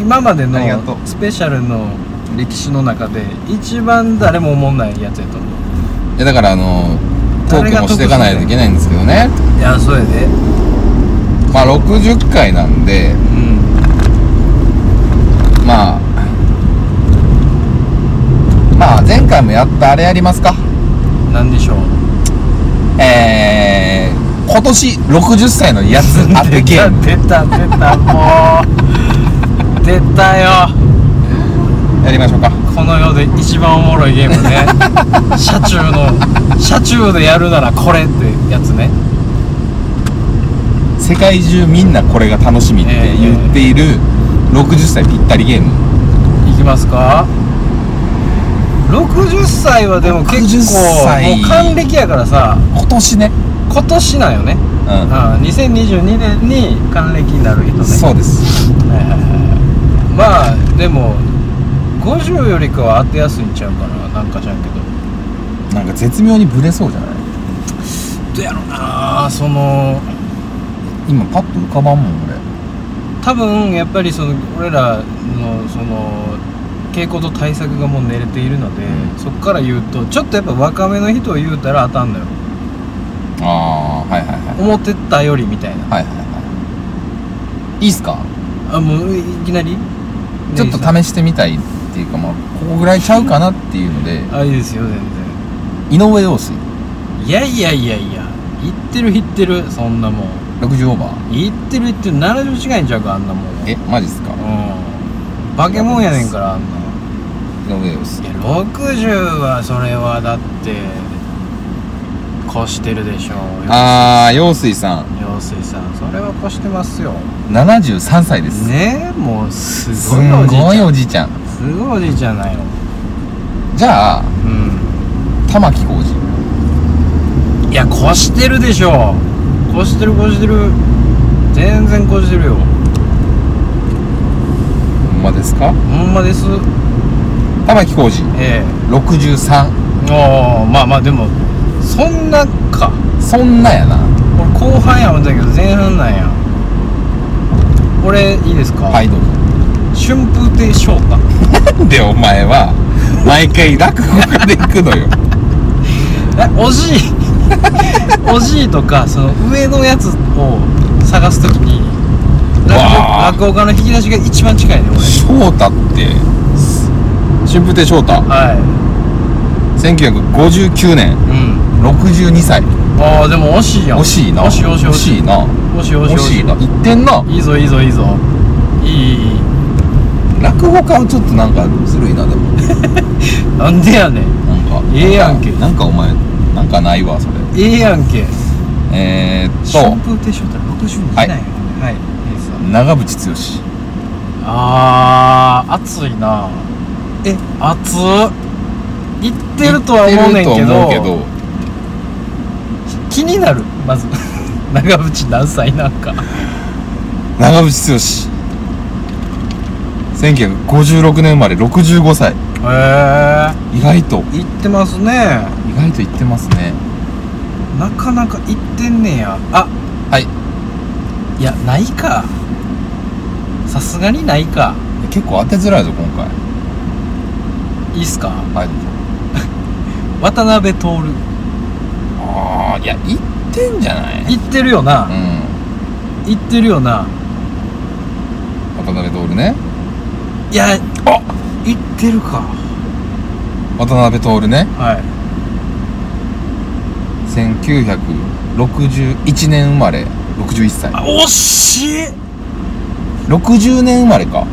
Speaker 5: 今までの
Speaker 2: ありがとう
Speaker 5: スペシャルの歴史の中で一番誰も思んないやつやと思
Speaker 2: いやだからあのトークもしていかないといけないんですけどね
Speaker 5: ういやそうやで
Speaker 2: まあ60回なんで
Speaker 5: うん
Speaker 2: まあまあ前回もやったあれやりますか
Speaker 5: なんでしょう
Speaker 2: えー、今年60歳のやつ当てゲー ム
Speaker 5: 出た出たも う出たよ
Speaker 2: やりましょうか
Speaker 5: この世で一番おもろいゲームね 車中の車中でやるならこれってやつね
Speaker 2: 世界中みんなこれが楽しみって言っている60歳ぴったりゲーム
Speaker 5: いきますか60歳はでも結
Speaker 2: 60
Speaker 5: 構
Speaker 2: 歳
Speaker 5: もう還暦やからさ
Speaker 2: 今年ね
Speaker 5: 今年なんよね、
Speaker 2: うん
Speaker 5: ああ2022年に還暦になる人ね
Speaker 2: そうです
Speaker 5: はいはいはいまあでも50よりかは当てやすいんちゃうかななんかじゃんけど
Speaker 2: なんか絶妙にブレそうじゃない
Speaker 5: どうやろうなその
Speaker 2: 今パッと浮かばんもん俺
Speaker 5: 多分やっぱりその俺らのその傾向と対策がもう練れているので、
Speaker 2: うん
Speaker 5: そこから言うとちょっとやっぱ若めの人を言うたら当たんのよ
Speaker 2: ああはいはいはい
Speaker 5: 思ってたよりみたいな
Speaker 2: はいはいはいいいっすか
Speaker 5: あもういきなり
Speaker 2: ちょっと試してみたいっていうかまあここぐらいちゃうかなっていうので
Speaker 5: あいいですよ全
Speaker 2: 井上陽水
Speaker 5: 然いやいやいやいや言ってる言ってるそんなもん
Speaker 2: 60オーバー
Speaker 5: 言ってる言ってる70近いんちゃうかあんなもん
Speaker 2: えマジっすか
Speaker 5: うん化け物やねんからあんな
Speaker 2: 井上陽水
Speaker 5: いや60はそれはだって越してるでしょ
Speaker 2: ああ陽水さん
Speaker 5: 陽水さんそれは越してますよ
Speaker 2: 73歳です
Speaker 5: ねえもうす
Speaker 2: す
Speaker 5: ごいおじい
Speaker 2: ご
Speaker 5: ち
Speaker 2: い
Speaker 5: ゃ
Speaker 2: お
Speaker 5: ん
Speaker 2: じいちゃん
Speaker 5: すごいおじいちゃんなんよ
Speaker 2: じゃあ
Speaker 5: う
Speaker 2: 玉置浩
Speaker 5: んいや越してるでしょ越してる越してる全然越してるよ
Speaker 2: 二ほんまですか
Speaker 5: ほんまです
Speaker 2: 玉置浩二
Speaker 5: ええ
Speaker 2: 63
Speaker 5: ああまあまあでもそんなか
Speaker 2: そんなやな
Speaker 5: 俺後半や思ったけど前半なんや俺いいですか、
Speaker 2: アイドル
Speaker 5: 春風亭昇太
Speaker 2: なんでお前は毎回落語家で行くのよ
Speaker 5: えおじい おじいとかその上のやつを探すときに
Speaker 2: わあ
Speaker 5: 落語落語家の引き出しが一番近いね俺
Speaker 2: 翔太って春風亭昇太
Speaker 5: は
Speaker 2: 1959年
Speaker 5: いうん
Speaker 2: 62歳
Speaker 5: ああでも惜しいやん
Speaker 2: 惜しいな
Speaker 5: 惜しい惜しい
Speaker 2: 惜しいな
Speaker 5: 惜しい惜しい
Speaker 2: 惜しいな言ってんない
Speaker 5: いぞいいぞいいぞいいいいいい
Speaker 2: 落語家はちょっとなんかずるいなでも
Speaker 5: なんでやねん
Speaker 2: なんか
Speaker 5: ええやんけ
Speaker 2: なんかお前なんかないわそれ
Speaker 5: ええやんけ
Speaker 2: えー、っ
Speaker 5: 春
Speaker 2: と
Speaker 5: 風亭昇太62なんよねはい、い、いですわ
Speaker 2: 長渕剛
Speaker 5: あー暑いなえ暑いってるとは思うねんけど
Speaker 2: 言ってると思う
Speaker 5: 気になるまず 長渕何歳なんか
Speaker 2: けど長渕剛1956年生まれ65歳
Speaker 5: へ
Speaker 2: 意外と
Speaker 5: え行ってますね
Speaker 2: 意外と言ってますね
Speaker 5: なかなか行ってんねやあ
Speaker 2: はい
Speaker 5: いやないかさすがにないか
Speaker 2: 結構当てづらいぞ今回
Speaker 5: いいっすか
Speaker 2: はい
Speaker 5: 渡辺徹
Speaker 2: ああいや言ってんじゃない
Speaker 5: 行ってるよな
Speaker 2: うん
Speaker 5: 行ってるよな
Speaker 2: 渡辺徹ね
Speaker 5: いやあ行ってるか
Speaker 2: 渡辺徹ね
Speaker 5: はい
Speaker 2: 1961年生まれ61歳
Speaker 5: あ惜しい
Speaker 2: 60年生まれか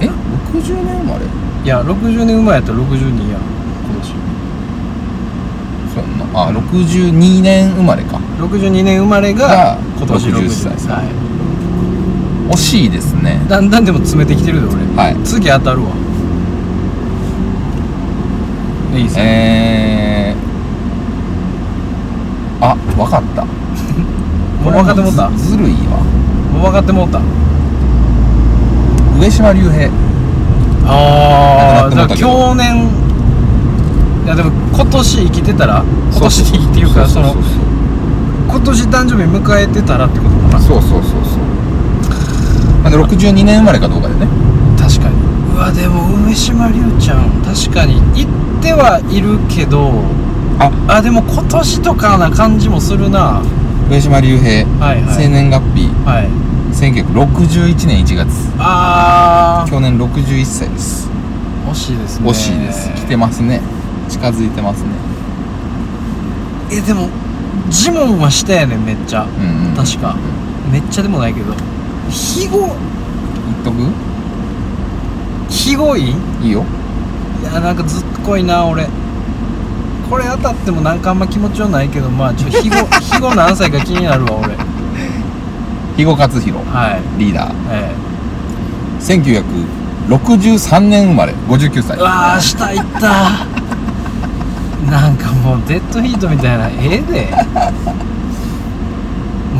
Speaker 2: え60年生まれ
Speaker 5: いや60年前やったら62や今年
Speaker 2: そうやんなあ62年生まれか
Speaker 5: 62年生まれ
Speaker 2: が
Speaker 5: が今年
Speaker 2: 60
Speaker 5: 60
Speaker 2: 歳
Speaker 5: は
Speaker 2: 惜しいですね
Speaker 5: い、だんだ んでも詰めてきてるで俺
Speaker 2: はい
Speaker 5: 次当たるわいいですね
Speaker 2: えー、あわかった
Speaker 5: もう分かってもうたも
Speaker 2: ずずるいわ
Speaker 5: う分かってもうた
Speaker 2: 上島竜兵
Speaker 5: ああ
Speaker 2: な
Speaker 5: だ
Speaker 2: んかな
Speaker 5: から
Speaker 2: っても
Speaker 5: 去年いやでも今年生きてたら今年で生きてるからその
Speaker 2: そう
Speaker 5: 今年誕生日迎えてたらってことかな
Speaker 2: そうそうそうそうそうなんで62年生まれかどうかでね
Speaker 5: 確かにうわでも梅島竜ちゃん確かに行ってはいるけど
Speaker 2: あ
Speaker 5: あでも今年とかな感じもするな
Speaker 2: 上島竜兵
Speaker 5: はいは
Speaker 2: 生
Speaker 5: い
Speaker 2: 年月日
Speaker 5: はい
Speaker 2: 1961年1月
Speaker 5: あ
Speaker 2: 去年61歳です
Speaker 5: ー惜しいですね
Speaker 2: 惜しいです来てますね近づいてますね
Speaker 5: えでもジモンはしたやねんめっちゃ
Speaker 2: うん、うん、
Speaker 5: 確かめっちゃでもないけど肥後
Speaker 2: 言っとく
Speaker 5: 肥後いい
Speaker 2: いいよ
Speaker 5: やなんかずっこいな俺これ当たってもなんかあんま気持ちよないけどまあちょ 肥後肥後何歳か気になるわ俺
Speaker 2: 肥後克弘
Speaker 5: はい
Speaker 2: リーダー
Speaker 5: え
Speaker 2: 1963年生まれ59歳
Speaker 5: えうわー下行ったなんかもうデッドヒートみたいなええで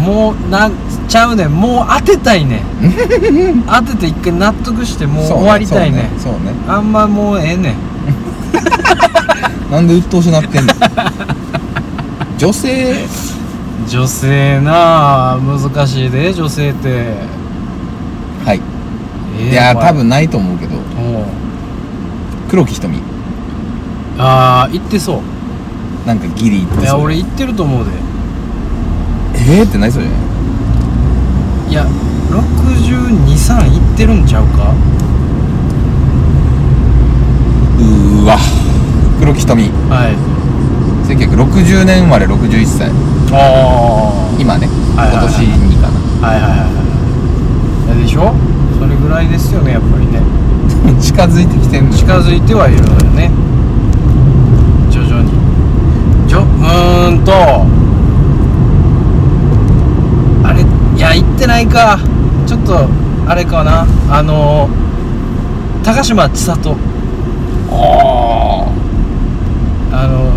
Speaker 5: もうなんちゃうねんもう当てたいねん当てて一回納得してもう
Speaker 2: そうね
Speaker 5: 終わりたいねん
Speaker 2: そうねそうね
Speaker 5: あんまもうええねん
Speaker 2: なんで鬱陶しなって んの女性
Speaker 5: 女性なあ難しいで女性って
Speaker 2: はい
Speaker 5: ええ
Speaker 2: いや
Speaker 5: お前
Speaker 2: 多分ないと思うけど
Speaker 5: もう
Speaker 2: 黒木瞳
Speaker 5: ああ行ってそ
Speaker 2: なんかギリいって
Speaker 5: う
Speaker 2: そう
Speaker 5: いや俺行ってると思うで
Speaker 2: えーってないそれ
Speaker 5: いや623行ってるんちゃうか
Speaker 2: うーわ黒木瞳
Speaker 5: はい
Speaker 2: 1960年生まれ61歳
Speaker 5: ああ
Speaker 2: 今ね
Speaker 5: はいはい
Speaker 2: 今
Speaker 5: はい
Speaker 2: 年にかな
Speaker 5: はいはいはいはいいやでしょそれぐらいですよねやっぱりね
Speaker 2: 近づいてきてんのよ
Speaker 5: 近づいてはいるのよね徐々にじょうーんとあれいや行ってないかちょっとあれかなあの高嶋ちさと
Speaker 2: あ
Speaker 5: あの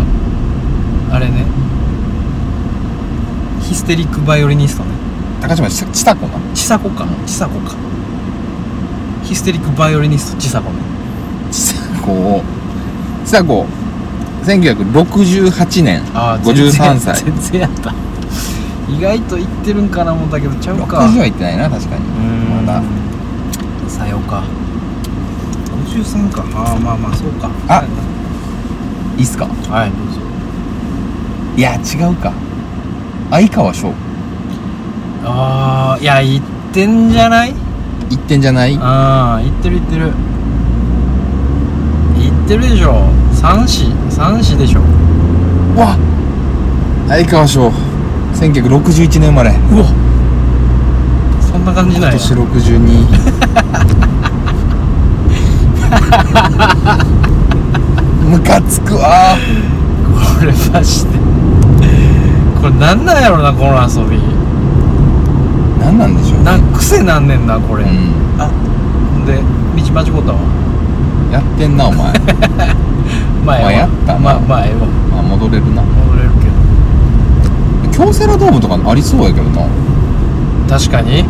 Speaker 5: あれねヒステリックバイオリニストね
Speaker 2: ー高島ちさちさ子な
Speaker 5: ちさ子かちさ子かヒステリックバイオリニストちさ子ね
Speaker 2: ちさ子をちさ子1968年
Speaker 5: あー
Speaker 2: 53歳
Speaker 5: 全然全然やった意外と行ってるんかな思ったけどちゃう
Speaker 2: 60
Speaker 5: か
Speaker 2: は行ってないな確かに
Speaker 5: うん
Speaker 2: まだ
Speaker 5: さようか53かああまあまあそうか
Speaker 2: あいいっすか
Speaker 5: はいどうぞ
Speaker 2: いや違うか相川翔
Speaker 5: ああいや行ってんじゃない
Speaker 2: 行ってんじゃない
Speaker 5: ああ行ってる行ってる行ってるでしょ三子三子でしょ
Speaker 2: わ相川翔1961年生まれ
Speaker 5: うわそんな感じな
Speaker 2: 今
Speaker 5: い
Speaker 2: 年62 ムカつくわ
Speaker 5: これマジで これなんなんやろなこの遊び
Speaker 2: 何なんでしょうね
Speaker 5: なん癖なんねんなこれ、
Speaker 2: う
Speaker 5: あで道間違ったわ
Speaker 2: んやってんなお 前
Speaker 5: 前
Speaker 2: まあやったな
Speaker 5: まあまあええわ
Speaker 2: あ戻れるな
Speaker 5: 戻れるけど
Speaker 2: 京セラドームとかありそうやけどな
Speaker 5: 確かに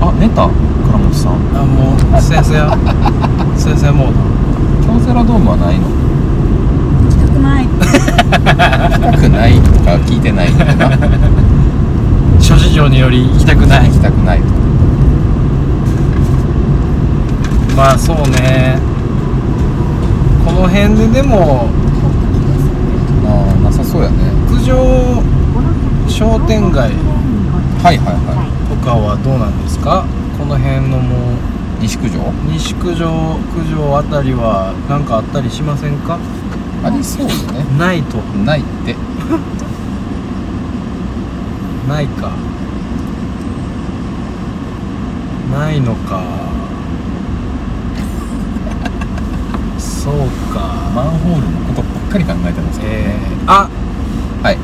Speaker 2: あ寝た倉本さん
Speaker 5: あもう先生や 先生モー
Speaker 2: 京セラドームはないの
Speaker 4: 痛くない。
Speaker 2: 行きたくないとか聞いてないのか な行
Speaker 5: ド諸事情により行きたくない
Speaker 2: きたくないと
Speaker 5: まあそうねこの辺ででも
Speaker 2: あーなさそうやね
Speaker 5: 屋上商店街
Speaker 2: はいはいは
Speaker 5: とかはどうなんですかこの辺のもう
Speaker 2: い西九条
Speaker 5: 西九条九条あたりは何かあったりしませんか
Speaker 2: ありそうよね
Speaker 5: ないと
Speaker 2: ないって
Speaker 5: ないかないのかそうか
Speaker 2: マンホールのことばっかり考えてますけど
Speaker 5: え
Speaker 2: ね、
Speaker 5: ー、あ
Speaker 2: はい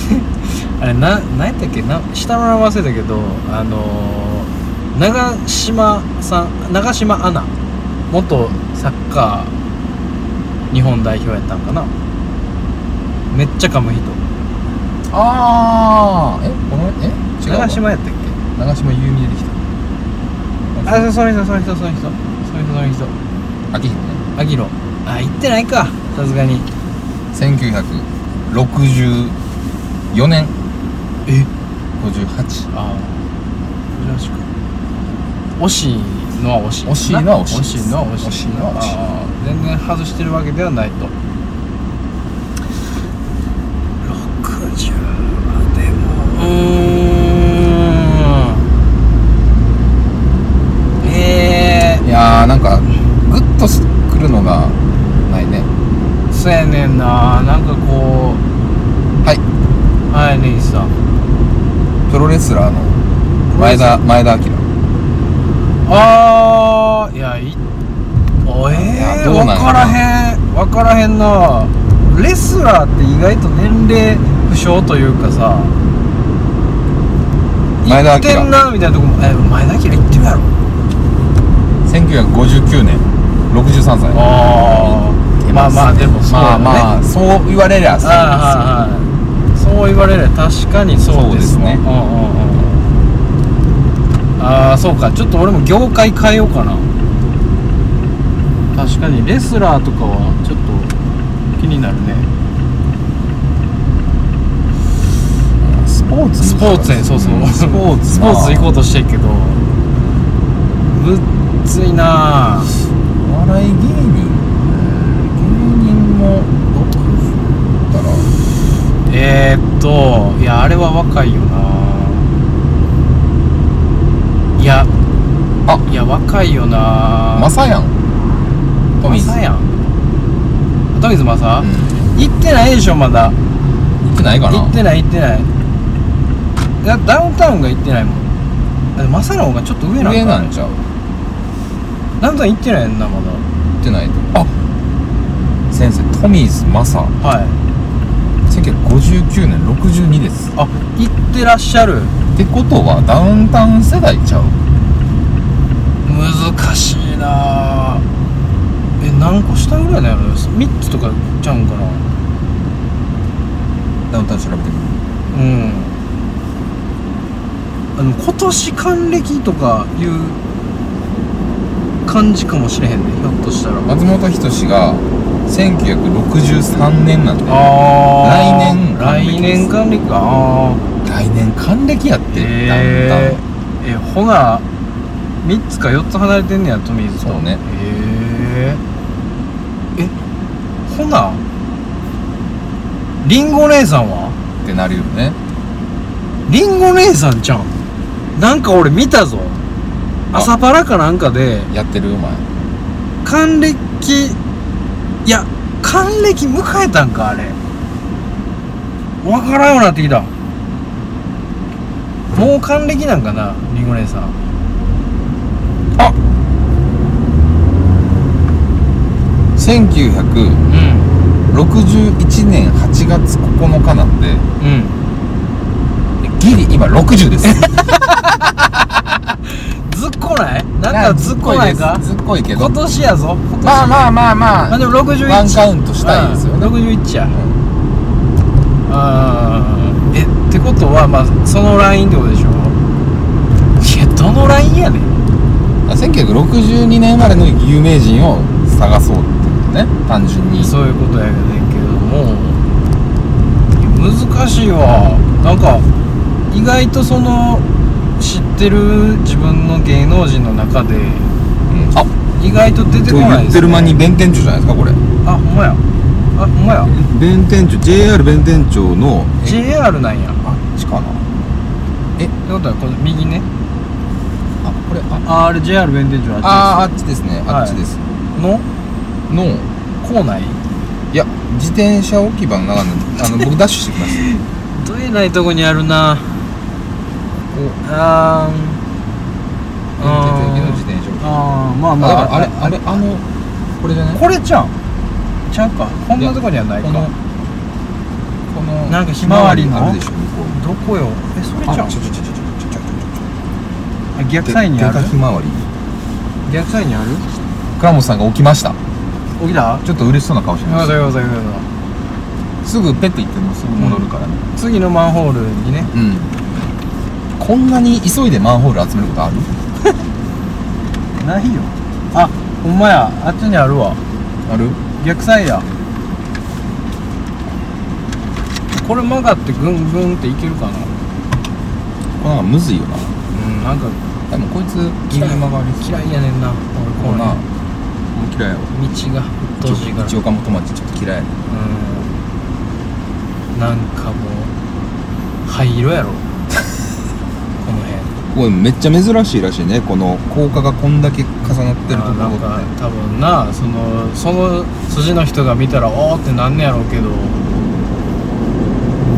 Speaker 5: あれな何やったっけな下の名前忘れたけどあのー、長島さん長島アナ元サッカー日本代表やったんかなめっちゃ噛む人
Speaker 2: ああえこのえ違うわ
Speaker 5: 長島やったっけ
Speaker 2: 長島ゆうみ出てきた
Speaker 5: あその人その人その人その人その人
Speaker 2: あきひんね
Speaker 5: アギロあ行ってないかさすがに
Speaker 2: 1964年
Speaker 5: え
Speaker 2: 58
Speaker 5: ああ珍しく惜しいのは惜しい
Speaker 2: 惜しいのは惜しい
Speaker 5: 惜しいのは惜しい
Speaker 2: 惜しいのは惜しい
Speaker 5: ああ全然外してるわけではないと60はでもうーんえ
Speaker 2: いやーなんかグッとすくるのがないね
Speaker 5: えそうやねんななんかこう
Speaker 2: はい
Speaker 5: はい根岸さん
Speaker 2: プロレスラーの前田前田明
Speaker 5: あーいやいおえ
Speaker 2: いや
Speaker 5: ー、
Speaker 2: どう
Speaker 5: 分
Speaker 2: なんやろな
Speaker 5: からへん分からへんなレスラーって意外と年齢不詳というかさ
Speaker 2: 前田
Speaker 5: 行ってん
Speaker 2: 明
Speaker 5: なみたいなとこもえ前田明行ってるやろ
Speaker 2: 1959年63歳
Speaker 5: あ
Speaker 2: いけ
Speaker 5: まあまあでもそう
Speaker 2: ま
Speaker 5: や
Speaker 2: あ
Speaker 5: ね
Speaker 2: まあそう言われりゃそうで
Speaker 5: ああそう言われれば確かにそうですね
Speaker 2: そうですね
Speaker 5: うんうんうんああそうかちょっと俺も業界変えようかな確かにレスラーとかはちょっと気になるね
Speaker 2: すスポーツ
Speaker 5: スポーツにそうそう、
Speaker 2: スポーツ
Speaker 5: スポーツ行こうとしてるけどむっついなあ
Speaker 2: うお笑い芸人
Speaker 5: 芸人も
Speaker 2: だから
Speaker 5: えー、っといやあれは若いよないや
Speaker 2: あ
Speaker 5: いや若いよな
Speaker 2: マサヤントミーズ
Speaker 5: マサやんトミズマサ
Speaker 2: うん、
Speaker 5: 行ってないでしょまだ
Speaker 2: 行ってないかな
Speaker 5: 行ってない行ってないいやダウンタウンが行ってないもんあでもマサの方がちょっと上なん
Speaker 2: 上
Speaker 5: か
Speaker 2: なんちゃう
Speaker 5: ダウンタウン行ってないやんなまだ
Speaker 2: 行ってないとあ先生トミーズマサ
Speaker 5: はい
Speaker 2: 1959年62です
Speaker 5: あ行ってらっしゃる
Speaker 2: ってことはダウンタウン世代ちゃう
Speaker 5: 難しいなあえ何個下ぐらいだよね3つとかちゃうんかな
Speaker 2: ダウンタウン調べてみる
Speaker 5: うんあの今年還暦とかいう感じかもしれへんねひょっとしたら
Speaker 2: 松本人志が1963年なんで
Speaker 5: あ
Speaker 2: 来年
Speaker 5: ー来
Speaker 2: 還暦です
Speaker 5: 年還暦かあー
Speaker 2: 来年還暦やって、ダウンタウ
Speaker 5: へ
Speaker 2: ン
Speaker 5: ーえほな3つか4つ離れてんねやトミーズと
Speaker 2: そうね
Speaker 5: へええほなリンゴ姉さんは
Speaker 2: ってなるよね
Speaker 5: リンゴ姉さんちゃんなんか俺見たぞ
Speaker 2: あ
Speaker 5: 朝パラかなんかで
Speaker 2: やってるお前
Speaker 5: 還暦いや還暦迎えたんかあれわからんようになってきたもう還暦なんかなりんご姉さん
Speaker 2: 1961年8月9
Speaker 5: うん
Speaker 2: 日なんで
Speaker 5: うん
Speaker 2: ギリ今60です
Speaker 5: ずっこないなんかずっこないか
Speaker 2: ずっこいけど
Speaker 5: 今年やぞ今年
Speaker 2: まあまあまあま
Speaker 5: まあ
Speaker 2: あ
Speaker 5: でも61
Speaker 2: ワンカウントしたいですよね
Speaker 5: 六61やあーえってことはまあそのラインってことでしょいやどのラインやねん
Speaker 2: 1962年生まれの有名人を探そうってことね単純に
Speaker 5: そういうことやねんけども難しいわなんか意外とその知ってる自分の芸能人の中で
Speaker 2: うんあ
Speaker 5: 意外と出て
Speaker 2: と
Speaker 5: こない
Speaker 2: 言
Speaker 5: で
Speaker 2: っ
Speaker 5: す、ね、
Speaker 2: てる間に弁天町じゃないですかこれ
Speaker 5: あほんまやあほんまや
Speaker 2: 弁天町 JR 弁天町の
Speaker 5: JR なんやっ
Speaker 2: あっちかな
Speaker 5: てことはこの右ね
Speaker 2: あこれあ
Speaker 5: ああれ JR 弁天町あっ
Speaker 2: あああっちですね
Speaker 5: はい
Speaker 2: あっちです、
Speaker 5: ちですの
Speaker 2: の
Speaker 5: 構内
Speaker 2: いや自転車置き場の中のあの僕ダッシュしてきま し
Speaker 5: どえないとこにあるなあ
Speaker 2: た弁天町駅の自転車置き場
Speaker 5: あーまあ
Speaker 2: あ
Speaker 5: ま
Speaker 2: だか
Speaker 5: あ
Speaker 2: らあれあれあのこれじゃない
Speaker 5: これじゃんちゃうかこんなとこにはないか
Speaker 2: このこの
Speaker 5: なんかひまわりの
Speaker 2: あるでしょ向こうに
Speaker 5: どこよえそれじゃん
Speaker 2: あちょちょちょちょちょちょちょ
Speaker 5: あ逆サインにある
Speaker 2: ででかひまわり
Speaker 5: 逆サインにある
Speaker 2: 倉本さんが起きました
Speaker 5: 起きた
Speaker 2: ちょっと嬉しそうな顔してま
Speaker 5: あ
Speaker 2: し
Speaker 5: そうそうそうそう
Speaker 2: たすぐペッて行ってもすぐ戻るからね
Speaker 5: 次のマンホールにね
Speaker 2: うん、こんなに急いでマンホール集めることある
Speaker 5: ないよあほんまやあっちにあるわ
Speaker 2: ある
Speaker 5: 逆サインやこれ曲がってグングンっていけるかな
Speaker 2: こんなのむずいよな
Speaker 5: うんなんか
Speaker 2: でもこいつ
Speaker 5: 嫌い
Speaker 2: 曲がり
Speaker 5: 嫌いやねんな
Speaker 2: こ
Speaker 5: 俺こ
Speaker 2: ん
Speaker 5: の
Speaker 2: な
Speaker 5: 道
Speaker 2: もう嫌いやわ
Speaker 5: がうっとうしいから
Speaker 2: 一岡本町ちょっと嫌いやね
Speaker 5: うんなんかもう灰色 やろこの辺
Speaker 2: これめっちゃ珍しいらしいねこの高架がこんだけ重なってるところ
Speaker 5: あーなん
Speaker 2: っ
Speaker 5: か
Speaker 2: て
Speaker 5: 多分なそのその筋の人が見たらおーってなんねやろうけど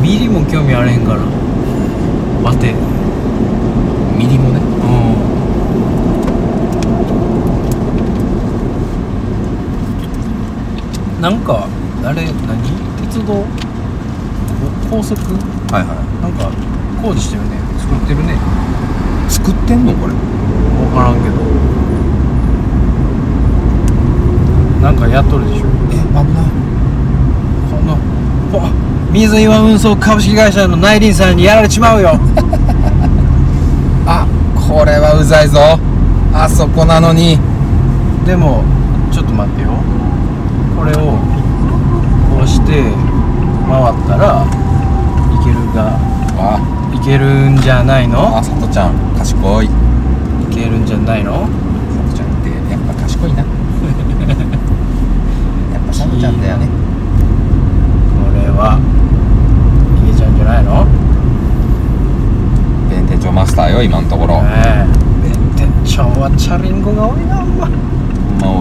Speaker 5: ミリも興味あれへんからバテう
Speaker 2: ミリもね
Speaker 5: んなんかあれ何鉄道お高速
Speaker 2: はいは
Speaker 5: なんか工事してるね作ってるね
Speaker 2: い作ってんのこれ
Speaker 5: 分からんけどなんかやっとるでしょ
Speaker 2: え危ない
Speaker 5: このほ水岩運送株式会社の内輪さんにやられちまうよ
Speaker 2: あこれはうざいぞあそこなのに
Speaker 5: でもちょっと待ってよこれをこうして回ったらいけるが
Speaker 2: あ
Speaker 5: いけるんじゃないの
Speaker 2: あさとちゃん賢い
Speaker 5: いけるんじゃないの
Speaker 2: さとちゃんってやっぱ賢いな やっぱさとちゃんだよね
Speaker 5: これはいけちゃうんじゃないの
Speaker 2: 弁天町マスターよ今のところ
Speaker 5: ねえ店長はチャリンコが多いなお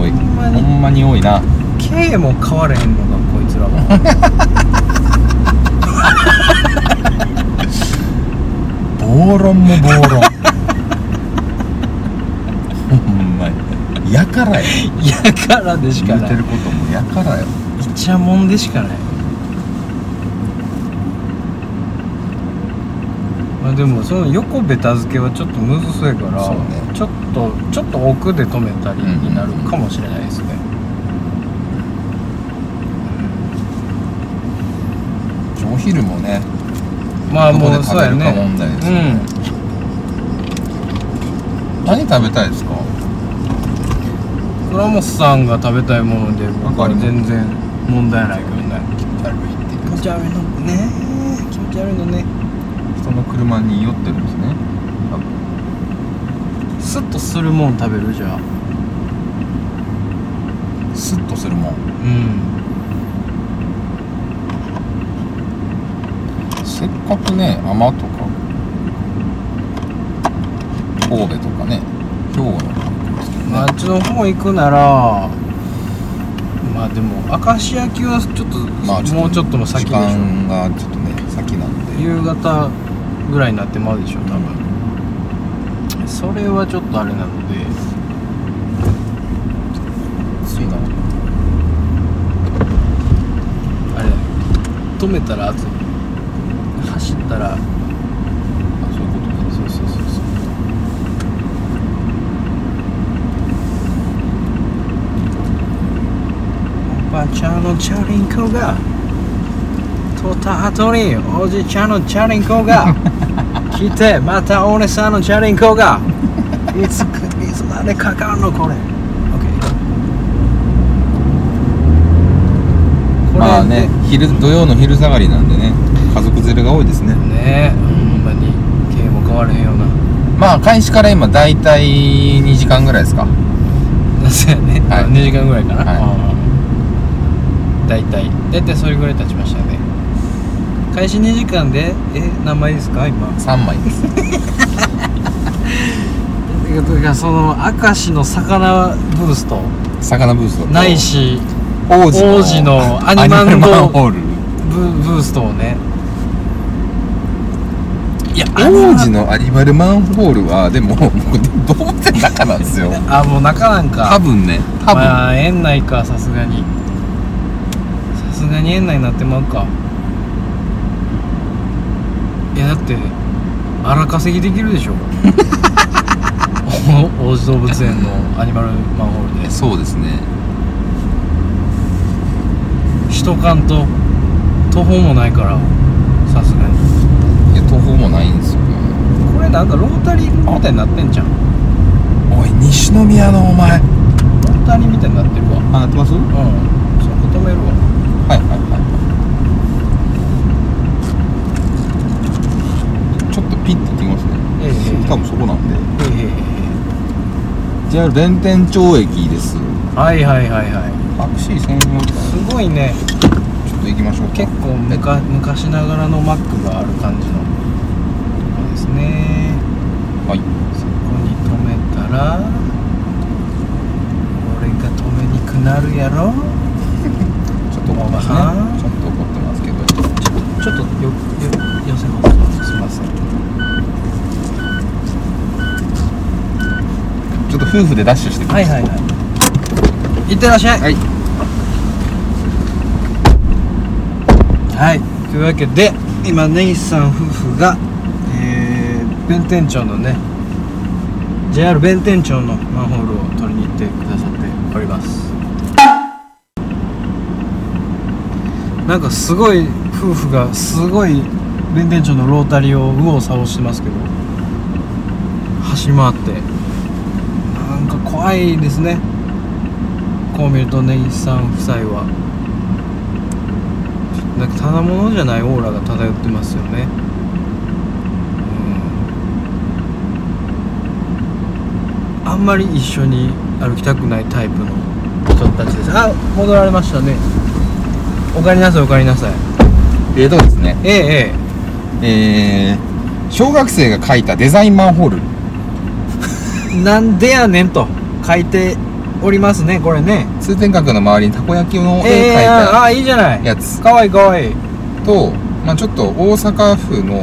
Speaker 2: ほんま
Speaker 5: 前
Speaker 2: 多い
Speaker 5: ほんま
Speaker 2: ほ
Speaker 5: に
Speaker 2: んまに多いな
Speaker 5: K も変われへんのかこいつらも
Speaker 2: 暴論も暴論ほんまにやからや
Speaker 5: やからでしか
Speaker 2: 言
Speaker 5: な
Speaker 2: う
Speaker 5: い
Speaker 2: てることもやからよ
Speaker 5: いちゃもんでしかないまあでもその横ベタ付けはちょっとむずそうやから
Speaker 2: そうね
Speaker 5: ちょっとちょっと奥で止めたりになるかもしれないですね、
Speaker 2: お昼もね
Speaker 5: まあ
Speaker 2: どこ
Speaker 5: もう
Speaker 2: で
Speaker 5: そ
Speaker 2: 食
Speaker 5: う
Speaker 2: べ
Speaker 5: や
Speaker 2: るか
Speaker 5: ね
Speaker 2: 問題です
Speaker 5: う
Speaker 2: よ
Speaker 5: ん
Speaker 2: 何食べたいですか
Speaker 5: 倉本さんが食べたいもので僕は全然問題ないけどね
Speaker 2: 悪いって
Speaker 5: 気持ち悪いのね気持ち悪いのね
Speaker 2: 人の車に酔ってるんですね
Speaker 5: スッとするもん食べるじゃあ
Speaker 2: スッとするもん
Speaker 5: うん
Speaker 2: せっかくね海女とか神戸とかね兵庫のですけどね、
Speaker 5: まああっちの方行くならまあでも明石焼きはちょっと,、
Speaker 2: まあ
Speaker 5: もうちょっとも先で
Speaker 2: 時
Speaker 5: しょ
Speaker 2: 間がちょっとね先なんで
Speaker 5: 夕方ぐらいになってまうでしょ多分、それはちょっとあれなので
Speaker 2: 暑いな
Speaker 5: あれ止めたら暑い走ったら
Speaker 2: あそういうことねそうそうそうそう
Speaker 5: おばちゃんのチャリンコがとった後におじちゃんのチャリンコ が来てまたお姉さんのチャリンコがいつくいつまでかかるのこれ OK
Speaker 2: まあね昼土曜の昼下がりなんでね家族連れが多いですね
Speaker 5: ねえほんまに経営も変われへんような
Speaker 2: まあ開始から今大体2時間ぐらいですか
Speaker 5: そうやね、
Speaker 2: はい
Speaker 5: あ2時間ぐらいかな、
Speaker 2: はい
Speaker 5: い、だいたいだいたいそれぐらい経ちましたね開始2時間でえ何枚ですか今
Speaker 2: 3枚です
Speaker 5: だからその明石の魚ブースト
Speaker 2: 魚ブーストと
Speaker 5: ないし
Speaker 2: 王子の
Speaker 5: 王子のアニ
Speaker 2: アニマ
Speaker 5: マンド
Speaker 2: ルマンホール
Speaker 5: ブブーストをねいや
Speaker 2: 王子のアニマルマンホールはでも僕どうって中なんですよ
Speaker 5: あもう中なんか
Speaker 2: 多分ね多分、
Speaker 5: まあ園内かさすがにさすがに園内になってまうかいやだって荒稼ぎできるでしょ お王子動物園のアニマルマンホールで
Speaker 2: そうですね
Speaker 5: 人間と途方もないからさすがに
Speaker 2: いや途方もないんですよ
Speaker 5: これなんかロータリーみたいになってんじゃんロ
Speaker 2: おい西宮のお前
Speaker 5: ータリーみたいになってるわ
Speaker 2: あなってますはい
Speaker 5: うんそこ止める
Speaker 2: は
Speaker 5: わ
Speaker 2: いはいちょっとピッて行ってきますね、
Speaker 5: ええええ
Speaker 2: 多分そこなんで
Speaker 5: えええ
Speaker 2: JR 弁天町駅です
Speaker 5: えはいはいはいは
Speaker 2: タクシー専用
Speaker 5: いすごいね
Speaker 2: ちょっと行きましょうか
Speaker 5: 結構むか昔ながらのマックがある感じのとこですね
Speaker 2: はい
Speaker 5: そこに止めたら俺が止めにくなるやろ
Speaker 2: ちょっと怒ってます
Speaker 5: は
Speaker 2: ねちょっと怒ってますけど
Speaker 5: ちょっとよよ寄せますすいません
Speaker 2: ちょっと夫婦でダッシュしてきます
Speaker 5: はいいってらっしゃい
Speaker 2: はい
Speaker 5: はいというわけで今根岸さん夫婦が、えー、弁天町のね JR 弁天町のマンホールを取りに行ってくださっておりますなんかすごい夫婦がすごい弁天町のロータリーを右往左往してますけど走り回ってなんか怖いですねこう見ると根岸さん夫妻はなんかただものじゃないオーラが漂ってますよねうんあんまり一緒に歩きたくないタイプの人たちですあ戻られましたねおかえりなさいおかえりなさい
Speaker 2: えーとですね
Speaker 5: えええ
Speaker 2: え
Speaker 5: え
Speaker 2: ー小学生が書いたデザインマンホール
Speaker 5: なんでやねんと書いておりますねこれね
Speaker 2: 通天閣の周りにたこ焼きの絵描い
Speaker 5: ええあ
Speaker 2: た
Speaker 5: あいいじゃない
Speaker 2: やつ
Speaker 5: かわいいかわいいうん
Speaker 2: と、まあ、ちょっと大阪府の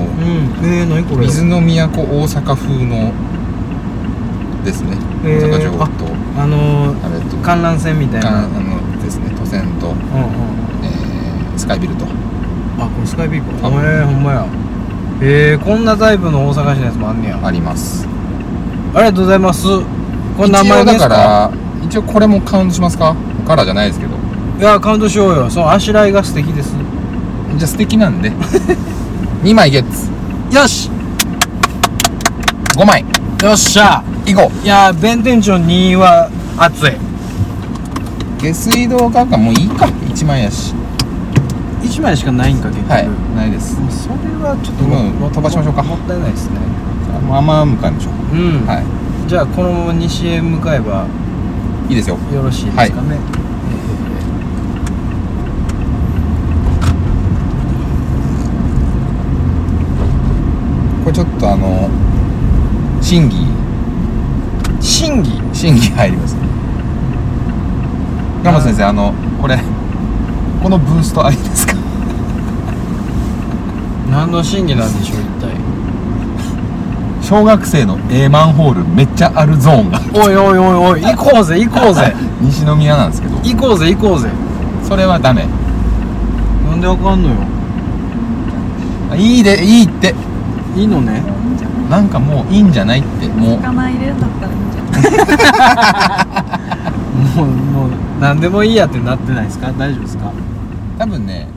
Speaker 5: ええ何これ
Speaker 2: 水の都大阪風のですね
Speaker 5: え
Speaker 2: 大
Speaker 5: ー
Speaker 2: 阪城と
Speaker 5: あのー
Speaker 2: あれと
Speaker 5: 観覧船みたい
Speaker 2: あ
Speaker 5: な
Speaker 2: あのですね都線と、
Speaker 5: うんうん
Speaker 2: えースカイビルと
Speaker 5: あこれスカイビーコ
Speaker 2: あ
Speaker 5: ンええほんまやええこんなタイプの大阪市のやつもあんねや
Speaker 2: あります
Speaker 5: ありがとうございますこれ名前
Speaker 2: 一応
Speaker 5: です
Speaker 2: だか
Speaker 5: か
Speaker 2: ら一応これもカウントしますかからじゃないですけど
Speaker 5: いやカウントしようよそのあしらいが素敵です
Speaker 2: じゃあ素敵なんで2枚ゲッツ
Speaker 5: よし
Speaker 2: 5枚
Speaker 5: よっしゃ
Speaker 2: 以後
Speaker 5: いやー弁天町2は熱い
Speaker 2: 下水道管かもういいか1枚やし
Speaker 5: 1枚しかないんか結局、
Speaker 2: はいないです
Speaker 5: もうそれはちょっと
Speaker 2: うん
Speaker 5: も
Speaker 2: 飛ばしましょうか
Speaker 5: もったいないですね
Speaker 2: まあまあ向かいましょう
Speaker 5: うん、
Speaker 2: はい
Speaker 5: じゃあこのまま西へ向かえば
Speaker 2: いいですよ
Speaker 5: よろしいですかね、
Speaker 2: これちょっとあの審議
Speaker 5: 審議
Speaker 2: 審議入りますガモ先生あのこれこのブーストありですか
Speaker 5: 何の審議なんでしょう一体
Speaker 2: 小学生の A マンホールめっちゃあるゾーンが
Speaker 5: おいおいおいおい行こうぜ行こうぜ
Speaker 2: 西宮なんですけど
Speaker 5: 行こうぜ行こうぜ
Speaker 2: それはダメ
Speaker 5: なんであかんのよ
Speaker 2: あいいでいいって
Speaker 5: いいのね
Speaker 2: なんかもういいんじゃないってもう
Speaker 4: 捕まえれるんだったらいいんじゃない
Speaker 5: もうもう何でもいいやってなってないですか大丈夫ですか
Speaker 2: 多分ね